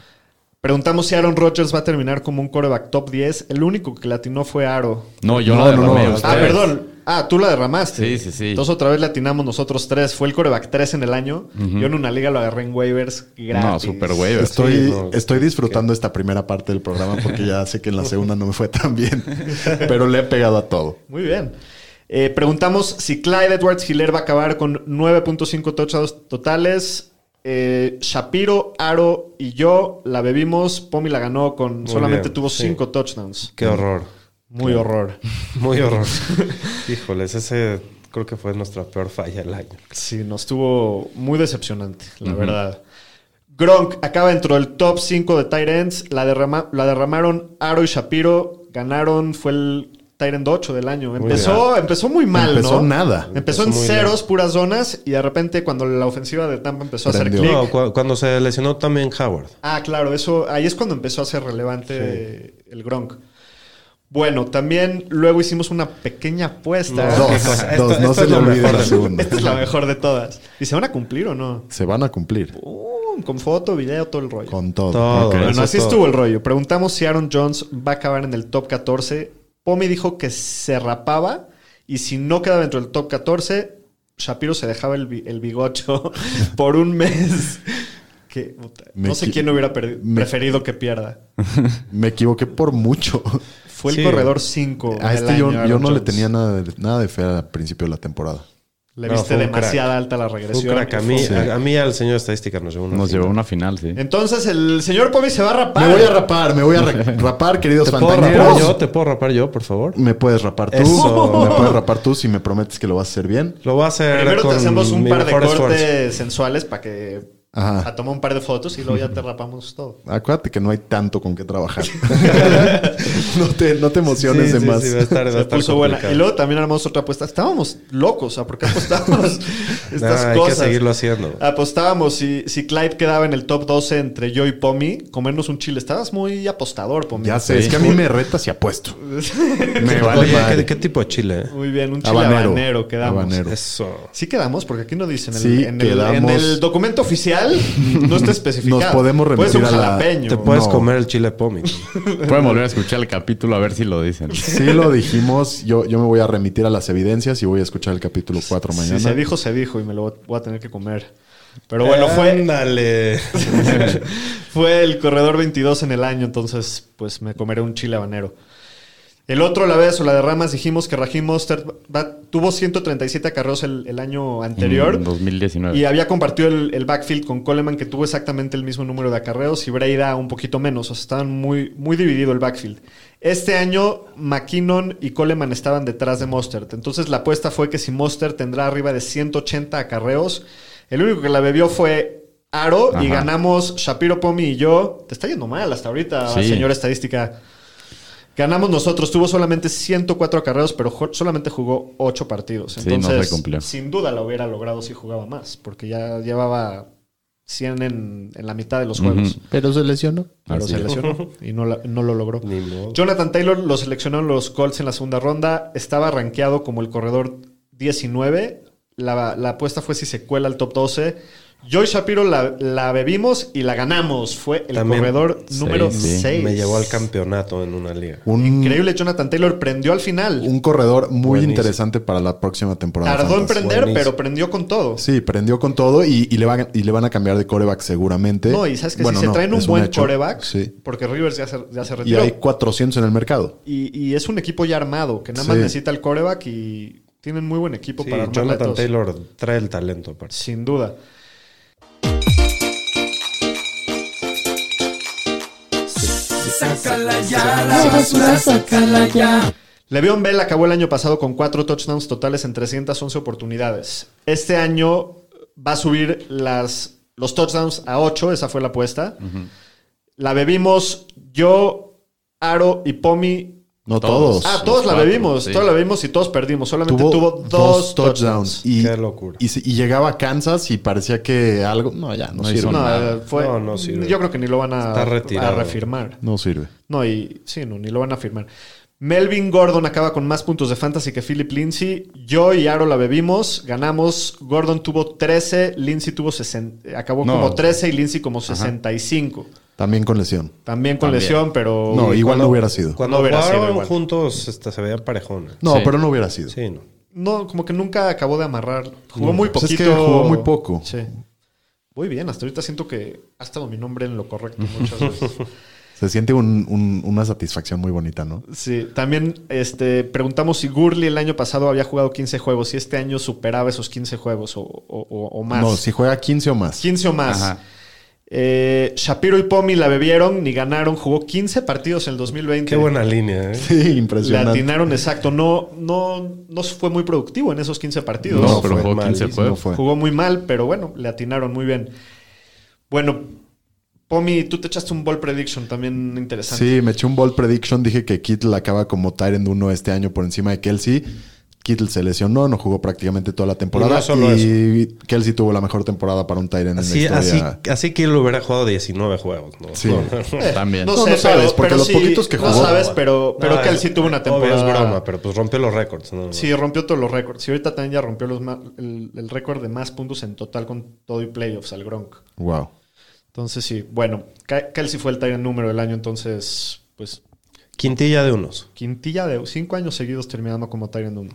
Preguntamos si Aaron Rodgers va a terminar como un coreback top 10. El único que latinó fue Aro.
No, yo
No, no,
la
no,
derramé.
no.
Ah,
ustedes.
perdón. Ah, tú la derramaste.
Sí, sí, sí.
Entonces otra vez latinamos nosotros tres. Fue el coreback 3 en el año. Yo en una liga lo agarré en waivers gratis.
No, super waiver.
Estoy,
Sí, no,
estoy disfrutando esta primera parte del programa porque ya sé que en la segunda no me fue tan bien. Pero le he pegado a todo.
Muy bien. Eh, preguntamos si Clyde Edwards Hiller va a acabar con 9.5 touchdowns totales. Eh, Shapiro, Aro y yo la bebimos. Pomi la ganó con. solamente
bien,
tuvo
sí.
5 touchdowns.
Qué horror.
Muy horror.
Muy horror. Híjoles, ese creo que fue nuestra peor falla del año.
Sí, nos estuvo muy decepcionante, la verdad. Gronk acaba dentro del top 5 de tight ends. La, derrama- la derramaron Aro y Shapiro. Ganaron, fue el tight end 8 del año. Empezó muy, empezó muy mal,
Empezó
¿no?
nada.
Empezó, en
Empezó muy
ceros, puras zonas. Y de repente, cuando la ofensiva de Tampa empezó a
Prendió.
hacer clic.
No, cu- cuando se lesionó también Howard.
Ah, claro, eso ahí es cuando empezó a ser relevante el Gronk. Bueno, también luego hicimos una pequeña apuesta.
Dos,
qué cosa.
dos,
Esto-
no
esto
se
es
le
lo
olvide
mejor.
la segunda.
Esta es la mejor de todas. ¿Y se van a cumplir o no?
Se van a cumplir
Uh, con foto, video, todo el rollo.
con todo.
Todo.
Ok.
eso
bueno, así
es todo.
estuvo el rollo. Preguntamos si Aaron Jones va a acabar en el top 14. Pomi dijo que se rapaba y si no quedaba dentro del top 14, Shapiro se dejaba el, bi- el bigocho por un mes. Que, puta,
Me
no sé
qui-
quién hubiera perdi-
me-
preferido que pierda.
Me equivoqué por mucho.
Fue el
Sí.
corredor 5.
A este yo, yo no le tenía nada de, nada de fe al principio de la temporada.
Le
No,
viste
fue un
demasiada alta la
Fue un
regresión.
crack. A mí,
Fue-
a, a mí al señor estadística nos llevó una.
Nos llevó a una final, sí.
Entonces el señor Pomi se va a rapar.
Me voy a rapar, me voy a ra- rapar, queridos
¿Te puedo rapar yo?
fantañeros.
¿Te puedo rapar yo, por
Mm.
favor?
Me puedes rapar tú.
Eso.
Me puedes rapar tú si me prometes que lo vas a hacer bien.
Lo voy a hacer
Primero
con
te hacemos un
mi
par de
mejor
cortes
esfuerzo.
sensuales para que
Ajá.
a tomar un par de fotos y luego ya te rapamos todo.
Acuérdate que no hay tanto con qué trabajar. no, te, no te emociones
Sí,
de
sí,
más.
sí, va a estar- va a
Se
estar
puso buena.
complicado.
Y luego también armamos otra apuesta. Estábamos locos, ¿a por qué apostábamos estas
Nah, hay
cosas?
que seguirlo haciendo.
Apostábamos si, si Clyde quedaba en el top 12 entre yo y Pomi, comernos un chile. Estabas muy apostador, Pomi.
ya sé, es que a mí me retas y apuesto. me
Oye,
vale madre.
¿qué, qué tipo de chile? eh?
Muy bien, un chile habanero,
Habanero.
quedamos.
Habanero.
Eso.
Sí quedamos, porque aquí no dicen. En, el-
Sí,
en el,
quedamos.
en el documento oficial no está especificado.
Nos podemos
Puede ser un
remitir a la-
jalapeño.
Te puedes
No.
comer el chile pomi.
Pueden volver a escuchar el capítulo a ver si lo dicen.
Sí lo dijimos, yo, yo me voy a remitir a las evidencias y voy a escuchar el capítulo 4 mañana.
Si se dijo, se dijo y me lo voy a tener que comer. Pero bueno, fue,
Ándale.
fue el corredor 22 en el año, entonces pues me comeré un chile habanero. El otro, la vez o la de ramas, dijimos que Raheem Mostert va- tuvo 137 acarreos el, el año anterior.
En 2019.
Y había compartido el, el backfield con Coleman, que tuvo exactamente el mismo número de acarreos, y Breida un poquito menos. O sea, estaban muy, muy dividido el backfield. Este año, McKinnon y Coleman estaban detrás de Mostert. Entonces, la apuesta fue que si Mostert tendrá arriba de 180 acarreos, el único que la bebió fue Aro, y
Ajá.
ganamos Shapiro, Pomi y yo. Te está yendo mal hasta ahorita,
Sí.
señora estadística. Ganamos nosotros, tuvo solamente 104 acarreos, pero jo- solamente jugó 8 partidos.
Sí, no
Entonces,
se cumplió.
sin duda lo hubiera logrado si jugaba más, porque ya llevaba 100 en, en la mitad de los juegos.
Pero se lesionó.
Pero
Así
se
es.
lesionó y no, la- no lo logró.
Ni modo.
Jonathan Taylor lo seleccionaron los Colts en la segunda ronda. Estaba rankeado como el corredor 19. La, la apuesta fue si se cuela al top 12. Joy Shapiro la, la bebimos y la ganamos. Fue el
También
corredor
seis,
número
sí.
6.
Me llevó al campeonato en una liga.
Un,
Increíble, Jonathan Taylor prendió al final.
un corredor muy
Buenísimo.
interesante para la próxima temporada.
Tardó en
Fantasy.
prender,
buenísimo.
pero prendió con todo.
Sí, prendió con todo y, y le van, y le van a cambiar de coreback seguramente.
No, y sabes que
Bueno,
si se
no,
traen un
es
buen
hecho.
coreback, pues
Sí.
porque Rivers ya se, ya se
Y
retiró.
hay 400 en el mercado.
Y, y es un equipo ya armado, que nada más
Sí.
necesita el coreback y tienen muy buen equipo
Sí,
para armar
Jonathan Taylor trae el talento. aparte.
Sin duda. Le'Veon Bell acabó el año pasado con cuatro touchdowns totales en 311 oportunidades. Este año va a subir las, los touchdowns a 8, esa fue la apuesta. La bebimos yo, Aro y Pomi.
No todos.
Ah, todos
Los
la
cuatro,
bebimos.
sí.
Todos la bebimos y todos perdimos. Solamente
Tuvo,
tuvo, dos,
dos, touchdowns. Y,
Qué locura.
Y, se- y llegaba a Kansas y parecía que algo. No, ya, no,
No hizo
sirve.
No,
No,
eh, fue,
No, no sirve.
Yo creo que ni lo van a,
Está retirado.
a reafirmar.
sirve.
No, y sí, no, ni lo van a firmar. Melvin Gordon acaba con más puntos de fantasy que Philip Lindsay. Yo y Aro la bebimos, ganamos. Gordon tuvo 13, Lindsay tuvo 60, acabó
No.
como 13 y Lindsay como 65.
También con lesión.
También con
También.
lesión, pero
No,
y
igual
cuando-
no hubiera sido.
Cuando
No hubiera sido
jugaron
igual.
juntos este, se veía parejón.
No,
Sí.
pero no hubiera sido.
Sí, no.
no, como que nunca acabó de amarrar. Jugó muy
Pues
poquito.
es que jugó muy poco.
Sí. Muy bien, hasta ahorita siento que ha estado mi nombre en lo correcto muchas veces.
Se siente un- un- una satisfacción muy bonita, ¿no?
Sí, también este, preguntamos si Gurley el año pasado había jugado 15 juegos, si este año superaba esos 15 juegos o, o- o- o más.
No, si juega 15 o más.
15 o más.
Ajá.
Eh, Shapiro y Pomi la bebieron ni ganaron, jugó 15 partidos en el 2020.
Qué buena línea, ¿eh?
Sí,
Le
impresionante.
atinaron exacto, no, no, no fue muy productivo en esos 15 partidos.
No,
No,
pero
fue
jugó 15
malísimo,
juegos.
fue.
Jugó muy mal, pero bueno, le atinaron muy bien. Bueno, Pomi, tú te echaste un ball prediction también interesante.
Sí, me eché un ball prediction. Dije que Kittle acaba como Tyrant 1 este año por encima de Kelsey. Kittle se lesionó, no jugó prácticamente toda la temporada.
Y no solo
y Kelsey tuvo la mejor temporada para un Tyrant en la
Así,
historia.
así, así que él hubiera jugado 19 juegos, ¿no?
Sí.
También.
No, no sabes, porque los poquitos que
No
jugó-
sabes, pero, pero
No,
que él
es-
sí tuvo una
obvio,
temporada.
es broma, pero pues rompió los récords, ¿no?
Sí, rompió todos los récords. Y ahorita también ya rompió los ma- el, el récord de más puntos en total con todo y playoffs al Gronk.
Wow.
Entonces, sí, bueno, Ke- Kelsey fue el Tyrant número del año, entonces, pues,
Quintilla de unos.
quintilla de cinco años seguidos terminando como Tyrant 1.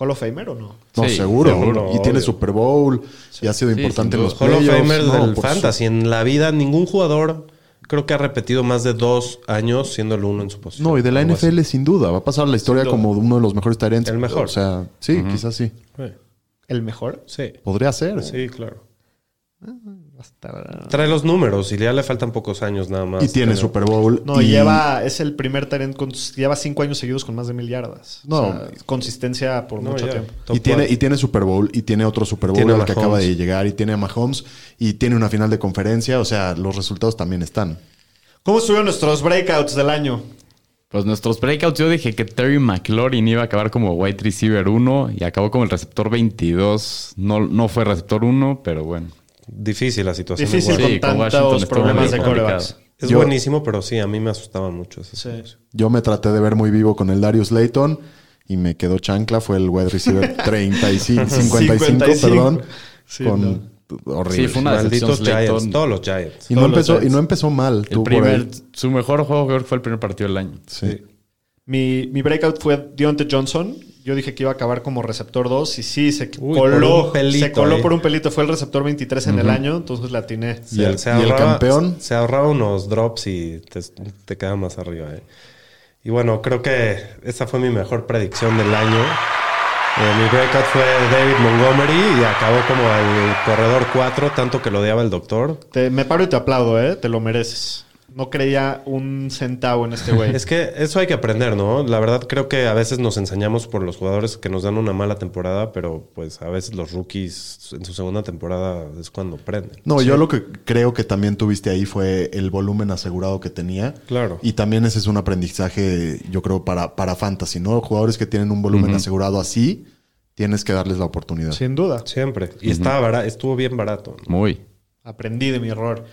¿Hall of Famer o no?
No,
Sí,
seguro.
seguro,
y tiene
obvio.
Super Bowl y ha sido
Sí,
importante
sin
en los
duda.
Hall of
playoffs.
Famer
No,
del
por su-
Fantasy. En la vida, ningún jugador creo que ha repetido más de dos años siendo el uno en su posición.
No, y de la
Algo así.
NFL sin duda. Va a pasar a la historia
duda.
como uno de los mejores Tyrants.
El mejor.
O sea, sí, quizás sí.
Eh,
¿El mejor?
Sí,
Podría ser.
sí, claro.
Ah,
Hasta...
Trae los números y ya le faltan pocos años nada más.
Y tiene
Pero-
Super Bowl.
No,
y
lleva, es el primer Tyrant, con- lleva cinco años seguidos con más de mil yardas.
No.
O sea, consistencia por
No,
mucho
ya.
tiempo.
Top
Y tiene,
cuatro.
y tiene Super Bowl y tiene otro Super Bowl
Tiene a
al que acaba
Mahomes.
de llegar y tiene a Mahomes y tiene una final de conferencia. O sea, los resultados también están.
¿Cómo estuvieron nuestros breakouts del año?
Pues nuestros breakouts, yo dije que Terry McLaurin iba a acabar como wide receiver 1 y acabó como el receptor 22. No, no fue receptor 1, pero bueno.
Difícil la situación.
Difícil
igual.
Sí, con
con
Washington
tantos
estuvo
problemas
muy
de
complicado.
corebacks.
Es
Yo-
buenísimo, pero sí, a mí me asustaba mucho. esa
Sí.
situación.
Yo me traté de ver muy vivo con el Darius Layton y me quedó chancla. Fue el wide receiver 35, 55,
55.
perdón.
Sí,
con,
no.
Horrible.
Sí, fue una decepción.
Malditos Giants,
Slayton.
todos los Giants.
y, no
todos los
empezó, y
Giants.
no empezó mal.
El
tú, por
primer,
ahí.
su mejor juego creo que fue el primer partido del año.
Sí.
Mi, mi breakout fue Deontay Johnson. Yo dije que iba a acabar como receptor 2 y sí, se
Uy, por
coló.
un pelito eh.
se coló
ahí.
por un pelito. Fue el receptor 23 en el año, entonces la atiné.
Y el- y el campeón.
Se ahorraba unos drops y te, te queda más arriba. eh. Y bueno, creo que esa fue mi mejor predicción del año. Eh, mi breakout fue David Montgomery y acabó como el corredor 4, tanto que lo odiaba el doctor.
Te- me paro y te aplaudo, ¿eh? Te lo mereces. No creía un centavo en este güey.
Es que eso hay que aprender, ¿no? La verdad creo que a veces nos enseñamos por los jugadores que nos dan una mala temporada, pero pues a veces los rookies en su segunda temporada es cuando prenden.
No, yo lo que creo que también tuviste ahí fue el volumen asegurado que tenía.
Claro.
Y también ese es un aprendizaje, yo creo, para, para fantasy, ¿no? Jugadores que tienen un volumen asegurado así, tienes que darles la oportunidad.
Sin duda.
Siempre. Y estaba bara- estuvo bien barato. ¿no?
Muy.
Aprendí de mi error.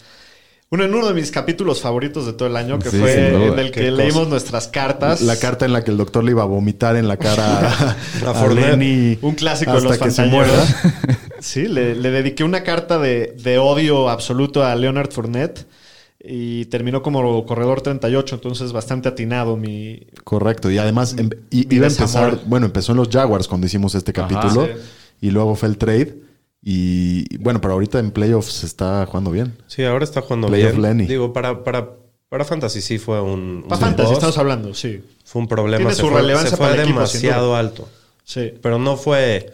Uno en uno de mis capítulos favoritos de todo el año, que
Sí,
fue
sin duda.
en el
Qué
que
cosa.
leímos nuestras cartas.
La carta en la que el doctor le iba a vomitar en la cara a, a
Fournette.
Lenny
Un clásico de
hasta
los
que se
pantañeros.
muera.
Sí, le, le dediqué una carta de, de odio absoluto a Leonard Fournette y terminó como corredor 38, entonces bastante atinado mi...
Correcto. Y además em- i-
Mi
iba a
desamor.
empezar, bueno, empezó en los Jaguars cuando hicimos este
Ajá.
capítulo.
Sí.
Y luego fue el trade. Y bueno, pero ahorita en playoffs se está jugando bien.
Sí, ahora está jugando
Playoff
bien.
Lenny.
Digo, para, para, para Fantasy sí fue un,
Para
un
Fantasy
boss.
estamos hablando, sí.
Fue un problema.
Tiene
se
su
fue,
relevancia
se fue
para el equipo, sin
demasiado alto.
Sí.
Pero no fue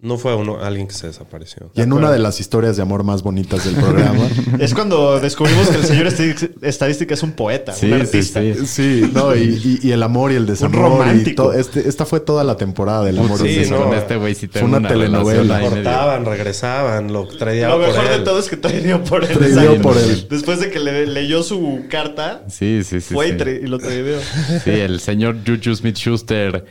No fue uno, alguien que se desapareció.
Y en una de las historias de amor más bonitas del programa.
Es cuando descubrimos que el señor esti- estadística es un poeta,
Sí,
un
sí,
artista.
sí.
Sí, no, y, y- y el amor y el desamor.
romántico.
y todo. Este- esta fue toda la temporada del amor.
Sí,
y el
no.
desamor.
Con este güey sí
Fue
tengo
una
una,
telenovela.
relación ahí medio-
Cortaban, regresaban, lo traía
Lo
por
mejor de
él.
todo es que traía por él.
Tradeó
exacto.
por él.
Después de que le leyó su carta,
Sí, sí, sí.
fue y
sí.
tra- y lo tradeó.
Sí, el señor Juju Smith Schuster,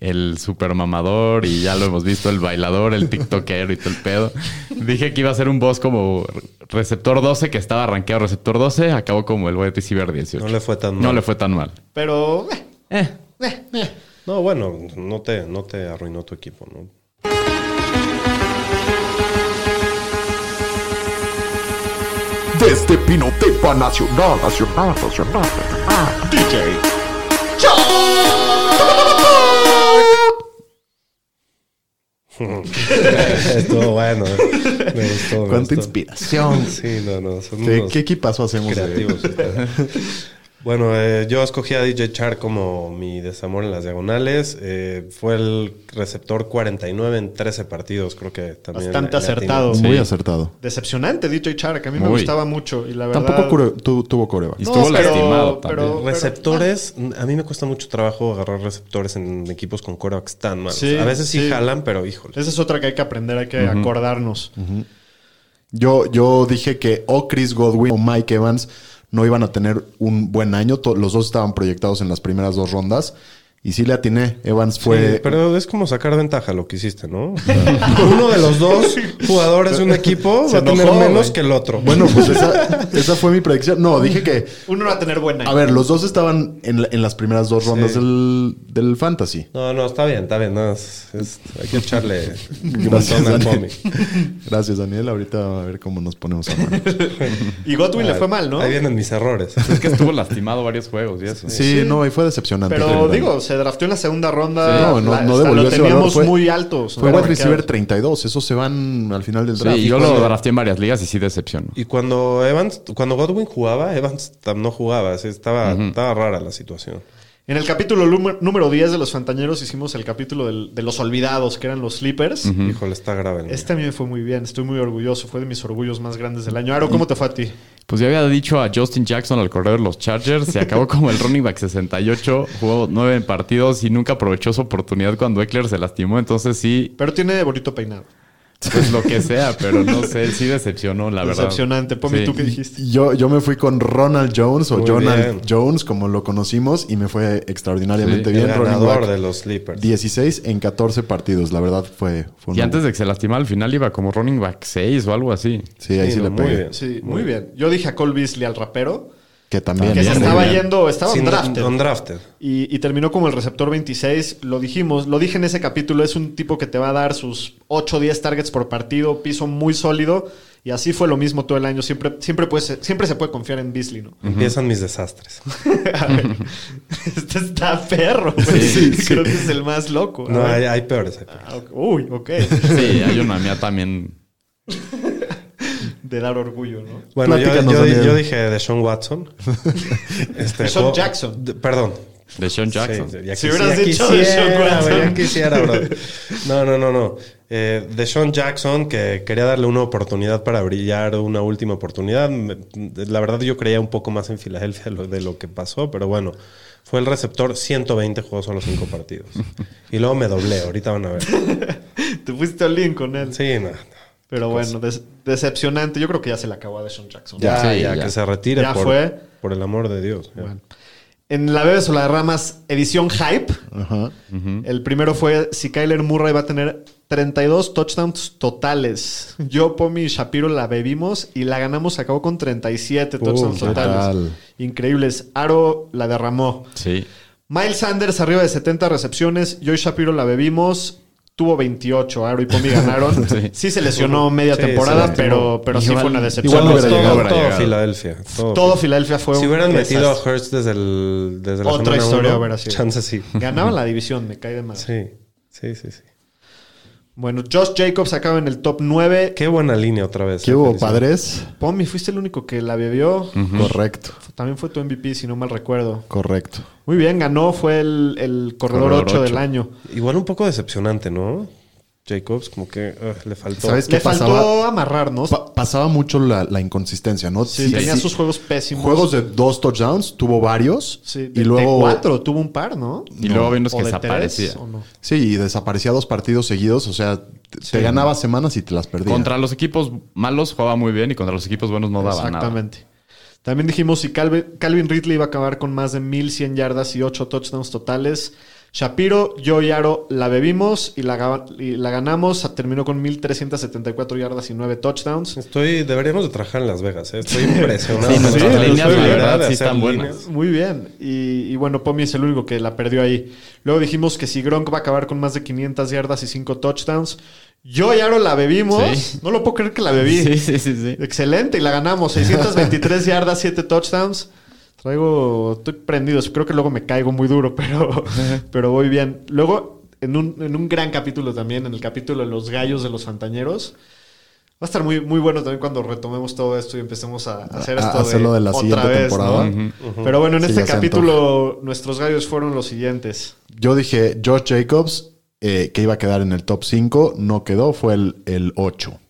el super mamador, y ya lo hemos visto, el bailador, el TikTokero y todo el pedo. Dije que iba a ser un boss como receptor 12, que estaba rankeado receptor 12, acabó como el wide receiver 18.
No le fue tan
No
mal.
le fue tan mal.
Pero eh,
No, bueno, no te, no te arruinó tu equipo, ¿no?
Desde Pinotepa Nacional, Nacional, Nacional.
Estuvo bueno. eh. Me gustó. me gustó.
Cuánta inspiración.
Sí, no, no. Son
¿Qué,
unos
qué equipazo hacemos? de-
creativos. bueno, eh, yo escogí a DJ Char como mi desamor en las diagonales. Eh, fue el receptor 49 en 13 partidos, creo que también.
bastante
le- le atinó.
acertado.
Muy acertado.
Decepcionante DJ Chara, que a mí me
Muy.
gustaba mucho. Y la verdad...
Tampoco cure- tu- tuvo coreba.
Y estuvo
pero-
lastimado también.
pero-
Receptores, a mí me cuesta mucho trabajo agarrar receptores en equipos con corebacks tan malos.
Sí,
a veces sí,
sí.
jalan, pero híjole.
Esa es otra que hay que aprender, hay que acordarnos.
Yo, yo dije que o Chris Godwin o Mike Evans no iban a tener un buen año. To- Los dos estaban proyectados en las primeras dos rondas. Y sí le atiné. Evans fue.
Sí, Eh, pero es como sacar ventaja lo que hiciste, ¿no? O sea, Uno de los dos jugadores de un equipo
Se
va a tener
enojó,
menos
güey.
que el otro.
Bueno, pues esa, esa fue mi predicción. No, dije que.
Uno va a tener buena.
A ver, los dos estaban en, la- en las primeras dos rondas del, del fantasy.
No, no, está bien, está bien. No, es- es- hay que echarle un
Gracias,
montón al
Daniel.
Pomi.
Gracias, Daniel. Ahorita a ver cómo nos ponemos a mano.
Y Godwin le fue mal, ¿no?
Ahí vienen mis errores.
Es que estuvo lastimado varios juegos y eso.
Sí, no, y fue decepcionante. la
Pero
verdad.
digo, se drafteó en la segunda ronda.
Sí. No, no-
La-
no
hasta
devolvió
Lo
ese valor,
teníamos
fue-
muy altos.
fue
¿no?
wide receiver 32. Esos se van al final del
Sí,
draft.
yo lo drafté en varias ligas y sí decepcionó.
Y cuando Evans, cuando Godwin jugaba, Evans tam- no jugaba. así estaba, estaba rara la situación.
En el capítulo lum- número 10 de Los Fantañeros hicimos el capítulo del- de los olvidados, que eran los Sleepers.
Híjole, está grave. el-
Este a mí me fue muy bien, estoy muy orgulloso. Fue de mis orgullos más grandes del año. Aro, ¿cómo te fue a ti?
Pues ya había dicho a Justin Jackson al corredor de los Chargers, se acabó como el running back 68, jugó nueve partidos y nunca aprovechó su oportunidad cuando Eckler se lastimó, entonces sí,
Pero tiene bonito peinado.
pues lo que sea, pero no sé, sí decepcionó, la verdad.
Decepcionante. Pomi,
Sí.
¿tú qué dijiste?
Yo, yo me fui con Ronald Jones o
Muy
Jonald
bien.
Jones, como lo conocimos, y me fue extraordinariamente
Sí,
el
bien. Running
ganador
back,
de los Sleepers.
16 en 14 partidos, la verdad fue, fue un-
Y antes de que se lastimara al final iba como running back 6 o algo así.
Sí, ahí sí,
Sí,
le
no, muy
pegué.
bien.
Sí, muy bien. Yo dije a Cole Beasley al rapero,
Que también. este,
que se
muy
estaba
bien.
yendo, estaba
Sin-
en draft.
undrafted.
Y, y terminó como el receptor 26. Lo dijimos, lo dije en ese capítulo. Es un tipo que te va a dar sus 8 o 10 targets por partido, piso muy sólido. Y así fue lo mismo todo el año. Siempre, siempre, puedes- siempre se puede confiar en Beasley, ¿no?
Empiezan mis desastres.
A ver, este está perro, güey. Creo que es el más loco. A
No,
ver.
hay, hay peores. hay peores.
Ah, ok. Uy, ok.
Sí, hay una mía también.
De dar orgullo, ¿no?
Bueno, yo,
Platícanos,
yo di-
Daniel.
yo dije de Sean Watson. Este,
Deshaun
jugó-
Jackson.
de- perdón.
De Sean Jackson.
Sí, ya
Si
quisi-
hubieras
ya
dicho de
quisiera,
Sean Watson.
güey, ya quisiera, bro. No, no, no, no. Eh, de Sean Jackson, que quería darle una oportunidad para brillar, una última oportunidad. Me- La verdad, yo creía un poco más en Filadelfia lo- de lo que pasó, pero bueno, fue el receptor 120, jugó solo 5 partidos. Y luego me doblé, ahorita van a ver.
Te fuiste al link con él.
Sí, no, no.
Pero bueno, des- decepcionante. Yo creo que ya se le acabó a Deshaun Jackson.
Ya,
Sí,
Ah, ya,
ya.
que se retire
Ya
por,
fue.
por el amor de Dios. ya.
Bueno. En la Bebes o la Ramas, edición Hype.
Ajá.
El primero fue si Kyler Murray va a tener 32 touchdowns totales. Yo, Pomi y Shapiro la bebimos y la ganamos. Acabó con 37 touchdowns
¿qué
totales.
tal?
Increíbles. Aro la derramó.
Sí.
Miles Sanders arriba de 70 recepciones. Yo y Shapiro la bebimos. Tuvo 28. Aro y Pomi ganaron. sí. se lesionó media
Sí,
temporada,
se lesionó.
pero, pero sí fue una decepción.
igual no hubiera
todo,
llegado.
todo
llegado.
Filadelfia. Todo,
Todo Filadelfia fue
Si
un
hubieran metido a
desastre.
Hurst desde, el, desde la
Otra
semana
historia
uno,
hubiera sido.
Chance sí.
Ganaban la división, me cae de mal.
Sí, sí, sí, sí.
Bueno, Josh Jacobs acaba en el top 9.
Qué buena línea otra vez.
¿Qué
eh,
hubo,
felicidades.
padres?
Pomi, fuiste el único que la bebió.
Correcto,
También fue tu MVP, si no mal recuerdo.
correcto.
Muy bien, ganó, fue el, el corredor,
Corredor
8 del
ocho.
año.
Igual un poco decepcionante, ¿no? Jacobs, como que ugh, le faltó.
¿Sabes qué
Le faltó
pasaba?
amarrarnos.
Pa- pasaba mucho la, la inconsistencia, ¿no?
Sí, tenía sus juegos pésimos.
Juegos de dos touchdowns, tuvo varios.
Sí, de,
y luego.
de cuatro, tuvo un par, ¿no?
Y luego vimos
O
que
de tres,
desaparecía.
¿o no?
Sí, y desaparecía dos partidos seguidos. O sea, te, te ganaba semanas y te las perdía.
Contra los equipos malos jugaba muy bien y contra los equipos buenos no daba nada.
Exactamente. También dijimos si Calvin, Calvin Ridley iba a acabar con más de 1100 yardas y 8 touchdowns totales. Shapiro, yo y Aro la bebimos y la, ga- y la ganamos. Ah, Terminó con 1374 yardas y 9 touchdowns.
Estoy, deberíamos de trabajar en Las Vegas, ¿eh? estoy impresionado.
Sí, nuestras
Estoy
líneas, la
liberado
verdad,
de
sí
hacer
están
líneas.
buenas.
Muy bien. Y, y bueno, Pomi es el único que la perdió ahí. Luego dijimos que si Gronk va a acabar con más de 500 yardas y 5 touchdowns, yo y Aro la bebimos.
Sí.
No lo puedo creer que la bebí.
Sí, sí, sí, sí.
Excelente, y la ganamos. 623 yardas, 7 touchdowns. Traigo, estoy prendido. Creo que luego me caigo muy duro, pero, pero voy bien. Luego, en un, en un gran capítulo también, en el capítulo de los gallos de los fantañeros. Va a estar muy, muy bueno también cuando retomemos todo esto y empecemos a hacer
A- a
esto
hacerlo de la
otra
siguiente
vez,
temporada.
¿no? Pero bueno, en
Sí,
este
ya se
capítulo nuestros gallos fueron los siguientes.
Yo dije Josh Jacobs, eh, que iba a quedar en el top 5, no quedó, fue el, el 8.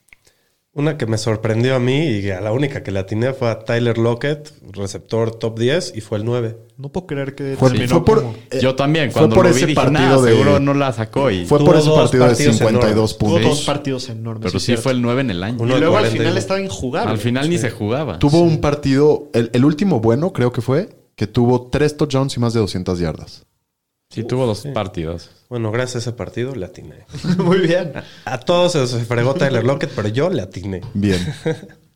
Una que me sorprendió a mí y a la única que la atiné fue a Tyler Lockett, receptor top 10, y fue el 9.
No puedo creer que
Fue,
terminó
fue por,
como-
eh,
Yo también,
fue
cuando
por
lo vi
ese
dije,
partido
"Nah,
de-
seguro no la sacó y...
fue
tuvo
por ese
dos
partido de
partidos
52
enormes.
Tuvo
puntos.
dos partidos enormes.
Pero
es
sí
cierto.
fue el 9 en el año.
Uno
Y
de
luego al
41.
final estaba injugable.
Al final ni se jugaba.
Tuvo un partido, el, el último bueno creo que fue, que tuvo tres touchdowns y más de 200 yardas.
Sí, tuvo dos partidos.
Bueno, gracias a ese partido le atiné.
Muy bien.
A todos se se fregó Tyler Lockett, pero yo le atiné.
Bien.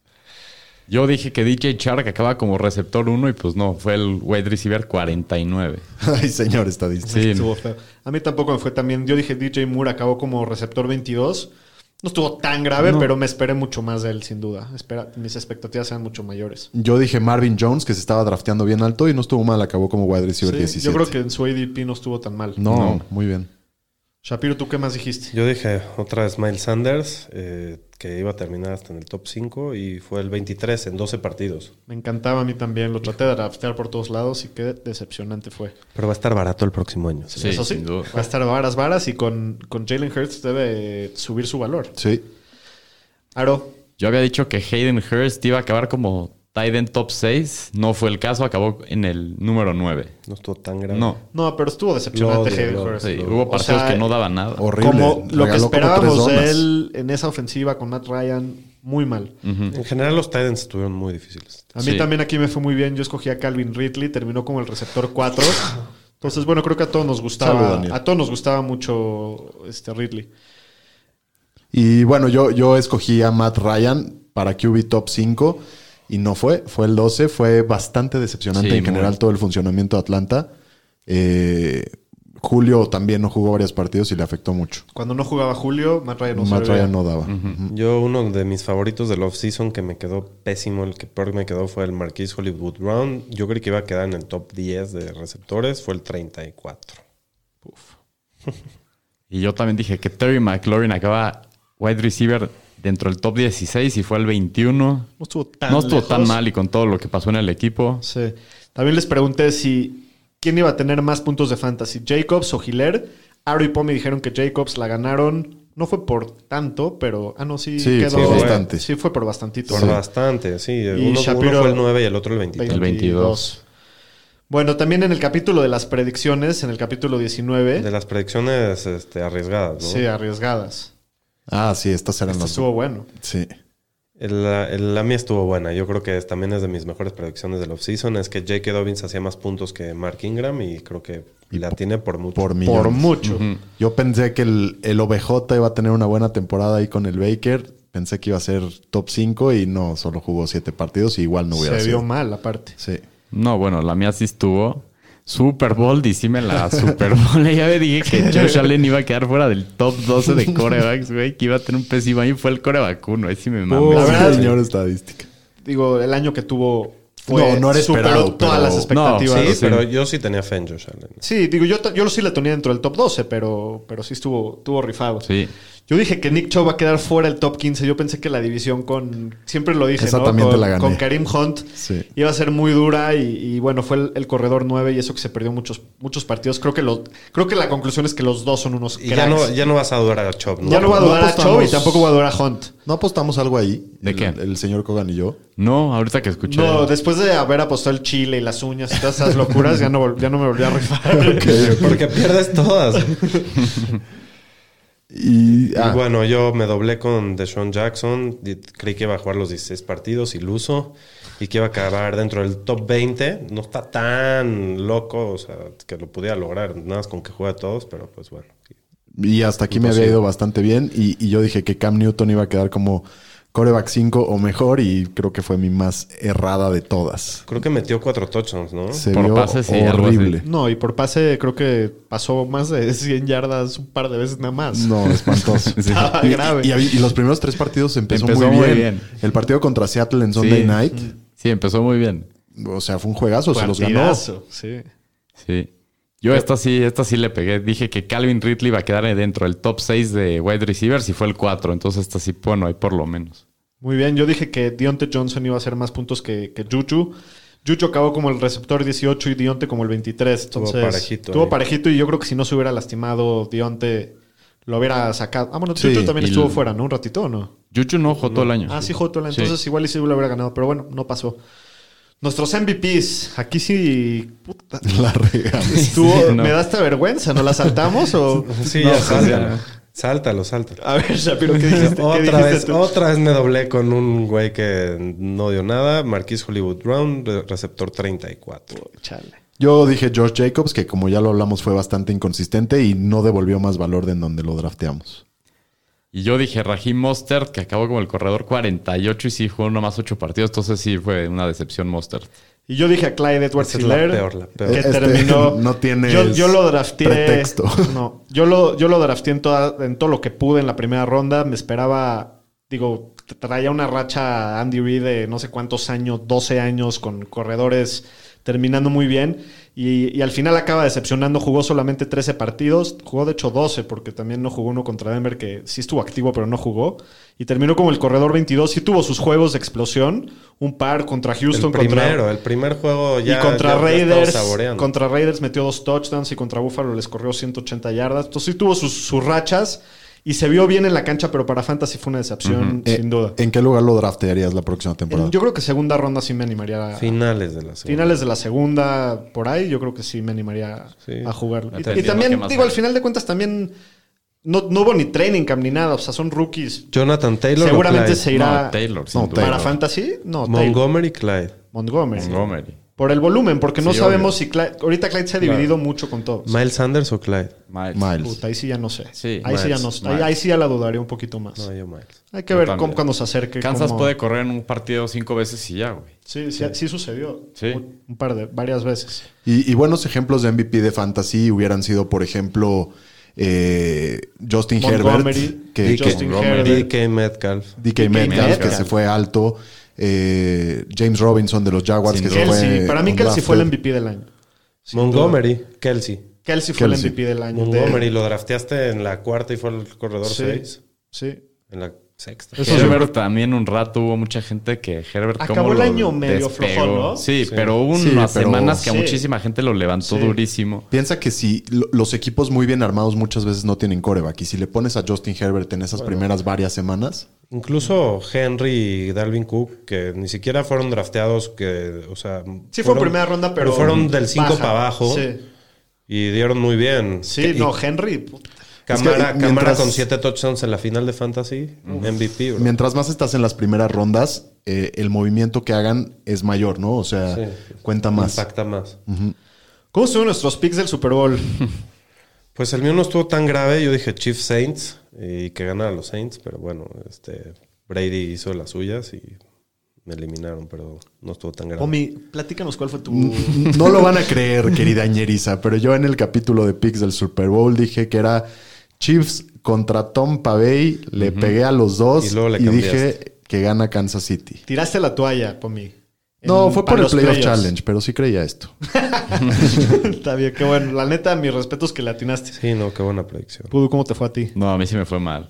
Yo dije que DJ Chark acaba como receptor 1 y pues no, fue el wide receiver 49.
Ay, señor estadística.
Sí,
Estuvo feo. A mí tampoco me fue tan bien. Yo dije DJ Moore acabó como receptor 22. No estuvo tan grave, pero me esperé mucho más de él, sin duda. Espera, mis expectativas eran mucho mayores.
Yo dije Marvin Jones, que se estaba drafteando bien alto y no estuvo mal, acabó como wide receiver
Sí,
17.
yo creo que en su ADP no estuvo tan mal.
No, muy bien.
Shapiro, ¿tú qué más dijiste?
Yo dije otra vez Miles Sanders, eh, que iba a terminar hasta en el top 5 y fue el 23 en 12 partidos.
Me encantaba a mí también. Lo traté de draftear por todos lados y qué decepcionante fue.
Pero va a estar barato el próximo año.
Sí,
Eso sí,
sin duda.
va a estar varas, varas y con, con Jalen Hurts debe subir su valor.
Sí.
Aro,
Yo había dicho que Hayden Hurst iba a acabar como tight end top 6. No fue el caso, acabó en el número 9.
No estuvo tan grave.
No.
no, pero estuvo decepcionante
Lo odio,
Hayden
lo odio.
Hurts.
Sí,
O
hubo partidos
sea,
que no daban nada.
Horrible.
Como lo que
Regaló como tres
esperábamos de
donas.
él en esa ofensiva con Matt Ryan, muy mal.
En general los Titans estuvieron muy difíciles.
A mí
Sí.
también aquí me fue muy bien. Yo escogí a Calvin Ridley, terminó como el receptor 4. Entonces, bueno, creo que a todos nos
Salud,
gustaba.
Daniel.
a todos nos gustaba mucho este Ridley.
Y bueno, yo, yo escogí a Matt Ryan para QB Top 5 y no fue, fue el 12, fue bastante decepcionante
Sí,
en general
muy.
todo el funcionamiento de Atlanta. Eh, Julio también no jugó varios partidos y le afectó mucho.
Cuando no jugaba Julio, Matt Ryan no
Matt
servía.
Ryan no daba.
Yo uno de mis favoritos del offseason que me quedó pésimo, el que peor me quedó fue el Marquis Hollywood Brown. Yo creí que iba a quedar en el top 10 de receptores, fue el 34.
Y yo también dije que Terry McLaurin acaba wide receiver dentro del top 16 y fue el 21.
No estuvo tan
no estuvo tan
lejos.
mal y con todo lo que pasó en el equipo.
Sí. También les pregunté si quién iba a tener más puntos de fantasy, Jacobs o Hiller. Aro y Pomi dijeron que Jacobs la ganaron. No fue por tanto, pero. Ah, no, sí,
Sí,
quedó.
fue
bastante.
Sí, fue por bastantito.
Por
Sí.
bastante, sí.
Y
Uno, uno
Shapiro-
fue el 9 y el otro el 23.
El 22.
Bueno, también en el capítulo de las predicciones, en el capítulo 19,
De las predicciones este, arriesgadas, ¿no?
sí, arriesgadas.
Ah, sí, estas eran
Este
las.
estuvo bueno.
Sí.
El- el- la mía estuvo buena. Yo creo que es- también es de mis mejores predicciones del offseason. Es que J.K. Dobbins hacía más puntos que Mark Ingram y creo que la tiene por mucho.
Por millones.
Por mucho.
Yo pensé que el, el OBJ iba a tener una buena temporada ahí con el Baker. Pensé que iba a ser top 5 y no, solo jugó 7 partidos y igual no hubiera
Se
sido.
vio mal, aparte.
Sí.
No, bueno, la mía sí estuvo. Super Bowl, y sí me la Super Bowl. ya me dije que Josh Allen iba a quedar fuera del top 12 de corebacks, güey, que iba a tener un pésimo año. y Fue el coreback uno, ahí Oh, sí me mamé.
La verdad-
señor estadística.
Digo, el año que tuvo fue,
No, no era
superó
esperado,
todas
pero-
las expectativas.
Sí,
sí.
pero yo sí tenía fe en Josh Allen.
digo, yo, ta- yo sí le tenía dentro del top 12, pero, pero sí estuvo, estuvo rifado.
Sí.
Yo dije que Nick Chubb va a quedar fuera del top 15. Yo pensé que la división con. Siempre lo dije,
Esa
¿no?
también
con,
te la gané.
con Karim Hunt
Sí.
iba a ser muy dura y, y, bueno, fue el, el corredor 9 y eso que se perdió muchos, muchos partidos. Creo que, lo, creo que la conclusión es que los dos son unos
Y
cracks.
ya no, ya no vas a dudar a Chop, ¿no?
Ya no va a dudar a Chubb y
apostamos.
tampoco va a dudar a Hunt.
¿No apostamos algo ahí?
¿De
el,
qué?
El señor Kogan y yo.
No, ahorita que escuché.
No, después de haber apostado el chile y las uñas y todas esas locuras, ya no, vol- ya no me volví a rifar.
Porque pierdes todas.
Y,
Y
ah,
bueno, yo me doblé con Deshaun Jackson. y Creí que iba a jugar los 16 partidos, iluso. Y que iba a acabar dentro del top 20. No está tan loco, o sea, que lo pudiera lograr. Nada más con que juegue a todos, pero pues bueno.
y hasta aquí
pues
me había ido bastante bien. Y, y yo dije que Cam Newton iba a quedar como coreback 5 o mejor. Y creo que fue mi más errada de todas.
Creo que metió cuatro touchdowns, ¿no?
Se
Por
vio
pases y algo así.
horrible.
No, y por pase creo que pasó más de 100 yardas un par de veces nada más.
No, espantoso.
Sí.
Estaba
Y,
Ah, grave.
y- y los primeros tres partidos empezó,
Empezó
muy,
muy
bien.
bien.
El partido contra Seattle en Sunday
Sí.
Night,
Sí, empezó muy bien.
o sea, fue un juegazo, se los ganó.
Partidazo, sí.
Sí. Yo esta sí, esta sí le pegué. Dije que Calvin Ridley va a quedar dentro del top 6 de wide receivers y fue el 4. Entonces esta sí, bueno, ahí por lo menos.
Muy bien, yo dije que Dionte Johnson iba a hacer más puntos que, que Juju. Juju acabó como el receptor 18 y Dionte como el 23.
Estuvo
Entonces,
parejito
Tuvo
ahí.
parejito y yo creo que si no se hubiera lastimado Dionte, lo hubiera sacado. Ah, bueno,
Sí,
Juju también
y
estuvo
el-
fuera, ¿no? Un ratito, ¿o no?
Juju no jugó todo el año.
Ah, sí, jugó todo el- Entonces igual y sí lo hubiera ganado, pero bueno, no pasó. Nuestros MVPs, aquí sí... Puta.
La regamos.
Estuvo-
Sí, no.
Me da esta vergüenza, ¿no la saltamos o...?
Sí,
No,
ya,
sí,
sáltalo.
ya.
Sáltalo, sáltalo.
A ver, Shapiro, pues, Ah, ¿qué dijiste? ¿Qué
otra,
dijiste
vez,
tú?
otra vez me doblé con un güey que no dio nada. Marquis Hollywood Brown, re- receptor 34.
Chale.
Yo dije George Jacobs, que como ya lo hablamos, fue bastante inconsistente y no devolvió más valor de en donde lo drafteamos.
Y yo dije Raheem Mostert, que acabó como el corredor 48 y sí jugó nomás 8 partidos. Entonces sí fue una decepción Mostert.
Y yo dije a Clyde Edwards
Esa es la
Hiller,
peor, la peor.
que
Este,
terminó.
no tienes
Yo, yo lo drafté.
pretexto.
No, yo lo, yo lo drafté en, toda, en todo lo que pude en la primera ronda. Me esperaba, digo, traía una racha Andy Reid de no sé cuántos años, 12 años, con corredores terminando muy bien. Y, y al final acaba decepcionando. Jugó solamente 13 partidos. Jugó de hecho 12, porque también no jugó uno contra Denver, que sí estuvo activo, pero no jugó. Y terminó como el corredor 22. Sí tuvo sus juegos de explosión. Un par contra Houston,
el primero,
contra
el primer juego ya.
y contra
ya- ya estaba
Raiders,
saboreando.
contra Raiders metió dos touchdowns y contra Buffalo les corrió 180 yardas. Entonces sí tuvo sus, sus rachas y se vio bien en la cancha, pero para Fantasy fue una decepción,
Eh,
sin duda.
¿En qué lugar lo draftearías la próxima
En-
temporada?
yo creo que segunda ronda sí me animaría a,
Finales de la segunda.
finales de la segunda por ahí, yo creo que sí me animaría
Sí.
a jugarlo. Y- Y,
Entendiendo qué
también,
más
digo,
hay.
al final de cuentas también no, no hubo ni training camp ni nada, o sea, son rookies.
Jonathan Taylor. o
Seguramente
Clyde?
se irá
No, Taylor, sin
No,
duda.
para
Taylor.
Fantasy, no, Taylor.
Montgomery Clyde.
Montgomery.
Montgomery.
Por el volumen, porque no
Sí,
sabemos
obvio.
si Clyde, ahorita Clyde se ha dividido mucho con todos.
Miles Sanders o Clyde.
Miles.
Miles.
Puta, ahí sí ya no sé.
Pues, Sí,
ahí, sí ya
Miles,
no, ahí,
Miles.
ahí sí ya la dudaría un poquito más.
No, yo Miles.
Hay que ver
también.
cómo, cuando se acerque.
Kansas
cómo-
puede correr en un partido 5 veces y ya, güey.
Sí, sí, sí sucedió.
Sí.
Un, un par de, varias veces.
Y, y buenos ejemplos de MVP de fantasy hubieran sido, por ejemplo, eh, Justin
Montgomery,
Herbert, que, que-
Justin
Montgomery.
Herbert.
DK Metcalf.
DK Metcalf, que
Metcalf.
se fue alto, eh, James Robinson de los Jaguars, que se
Kelsey.
fue
Para mí Kelsey
undrafted.
fue el MVP del año. Sin
Montgomery. Kelsey.
duda. Kelsey fue
Kelsey.
el MVP del año.
Montgomery lo drafteaste en la cuarta y fue al corredor
Sí.
6.
Sí.
En la sexta.
Eso es
Herbert también un rato hubo mucha gente que Herbert
Acabó
¿cómo
el
lo
año medio
despegó?
flojón, ¿no?
Sí, pero hubo
Sí,
unas
pero-
semanas que a
Sí.
muchísima gente lo levantó
Sí.
durísimo.
Piensa que si lo- los equipos muy bien armados muchas veces no tienen coreback y si le pones a Justin Herbert en esas primeras varias semanas,
Incluso Henry y Dalvin Cook, que ni siquiera fueron drafteados, que, o sea...
Sí, fue
fueron-
primera ronda, pero.
fueron del 5
baja.
para abajo
Sí,
y dieron muy bien.
Sí,
Y
no, Henry. puta.
Camara,
Es que
Camara
mientras-
con 7 touchdowns en la final de Fantasy, MVP, bro.
mientras más estás en las primeras rondas, eh, el movimiento que hagan es mayor, ¿no? O sea,
Sí.
cuenta más.
Impacta más.
Mm. ¿Cómo son nuestros picks del Super Bowl?
Pues el mío no estuvo tan grave. Yo dije Chiefs Saints y que ganara los Saints, pero bueno, este Brady hizo las suyas y me eliminaron, pero no estuvo tan grave.
Omi, platícanos cuál fue tu.
No lo van a creer, querida ñeriza, pero yo en el capítulo de picks del Super Bowl dije que era Chiefs contra Tom Pavey, le pegué a los dos
Y
y,
luego le cambiaste.
dije que gana Kansas City.
Tiraste la toalla, Pomi.
No,
En-
fue
para
por el
los
Playoff
playoffs.
Challenge, pero sí creía esto.
Está bien, qué bueno. La neta, mis respetos que le atinaste.
Sí, no, qué buena predicción.
Pudu, ¿cómo te fue a ti?
No, a mí sí me fue mal.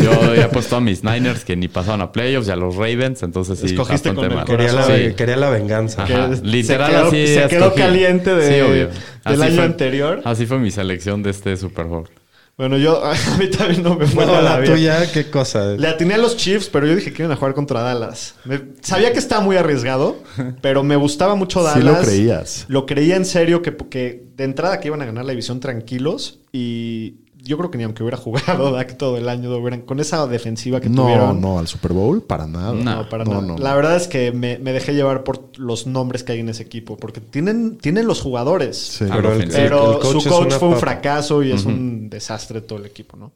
Yo he puesto a mis Niners que ni pasaron a playoffs y a los Ravens, entonces sí.
Escogiste con el
Quería la,
Sí.
ve- quería la venganza.
Que
Ajá.
se
Literal
quedó-
así
se quedó
escogí.
caliente de-
obvio.
del
Así
año
fue-
anterior.
Así fue mi selección de este Super Bowl.
Bueno, yo a mí también no me fue
Bueno,
nada
la
bien.
tuya, qué cosa.
Le atiné a los Chiefs, pero yo dije que iban a jugar contra Dallas. Me- sabía que estaba muy arriesgado, pero me gustaba mucho Dallas.
Sí lo creías.
Lo creía en serio que, que de entrada que iban a ganar la división tranquilos y yo creo que ni aunque hubiera jugado Dak todo el año, lo hubieran- con esa defensiva que
No,
tuvieron.
no, al Super Bowl para nada.
No, para nada. La verdad es que me, me dejé llevar por los nombres que hay en ese equipo, porque tienen, tienen los jugadores.
Sí.
A la
el-
ofensiva.
Pero
el coach es
su coach
una
fue un
papa.
fracaso y es un desastre todo el equipo, ¿no?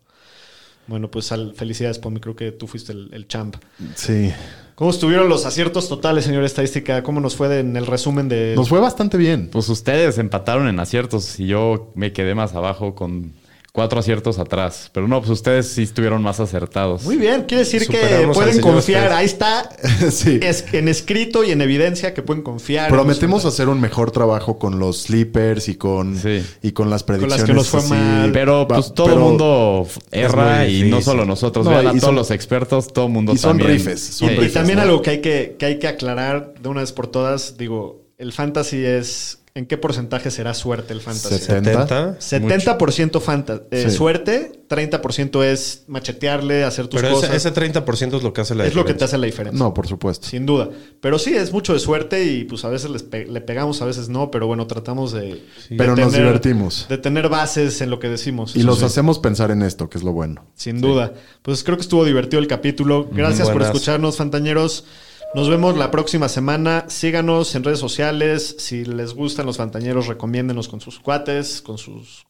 Bueno, pues al- felicidades, Pomi. Creo que tú fuiste el, el champ.
Sí.
¿Cómo estuvieron los aciertos totales, señor estadística? ¿Cómo nos fue de- en el resumen de
Nos fue bastante bien.
Pues ustedes empataron en aciertos y yo me quedé más abajo con cuatro aciertos atrás. Pero no, pues ustedes sí estuvieron más acertados.
Muy bien, quiere decir que
Superamos al
pueden
señor
confiar.
Stes.
Ahí está
sí.
es- en escrito y en evidencia que pueden confiar. en
Prometemos
los-
hacer un mejor trabajo con los sleepers y con,
Sí.
y con las
las que
predicciones.
nos fue
así.
mal.
Pero
Va-
pues todo el
pero-
mundo f- erra
muy
y
difícil.
no solo nosotros,
No,
vean a
y
todos
son-
los expertos, todo el mundo
y son
también.
rifes, son
Sí.
Y
rifes.
también
¿no?
algo que hay que, que hay que aclarar de una vez por todas, digo, el fantasy es en qué porcentaje será suerte el fantasy.
70.
70% fanta- eh,
Sí.
suerte, 30% es machetearle, hacer tus
Pero
cosas.
ese, ese 30% es lo que hace la
es lo que te
diferencia.
hace la diferencia.
No, por supuesto.
Sin duda. Pero sí, es mucho de suerte y pues a veces les pe- le pegamos, a veces no, pero bueno, tratamos de... de
Pero nos divertimos.
De tener bases en lo que decimos.
Y
Eso
los
sí.
hacemos pensar en esto, que es lo bueno.
Sin duda. Pues creo que estuvo divertido el capítulo. Gracias por
Buenas.
escucharnos, Fantañeros. Nos vemos la próxima semana. Síganos en redes sociales. Si les gustan los Fantañeros, recomiéndenos con sus cuates, con sus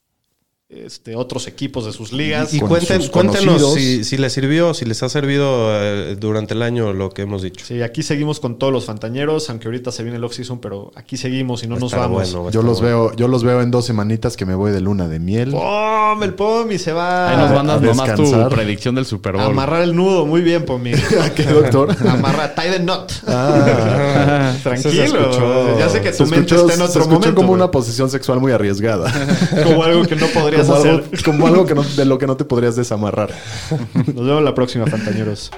este, otros equipos de sus ligas.
Y
con
cuenten,
sus
cuéntenos
conocidos.
si, si les sirvió, si les ha servido eh, durante el año lo que hemos dicho.
Sí, aquí seguimos con todos los Fantañeros, aunque ahorita se viene el off-season, pero aquí seguimos y no nos
Está
vamos.
bueno,
Yo
está
los
bueno.
veo, yo los veo en dos semanitas que me voy de luna de miel.
Oh. ¡Pom! El pom y se va
Ahí nos
a-
mandas
a
nomás tu
descansar.
predicción del Super
a
Bowl.
amarrar el nudo. Muy bien, Pomi.
¿Qué, doctor?
Amarra, tie the knot.
Eso se
Tranquilo.
escuchó.
Ah, Ya sé que tu
Se
mente
Ah, escuchó-
está en
se
otro
escuchó
momento.
como
güey.
una posición sexual muy arriesgada.
Como algo que no podrías
como,
hacer.
algo, como algo que no- de lo que no te podrías desamarrar.
Nos vemos la próxima, Fantañeros.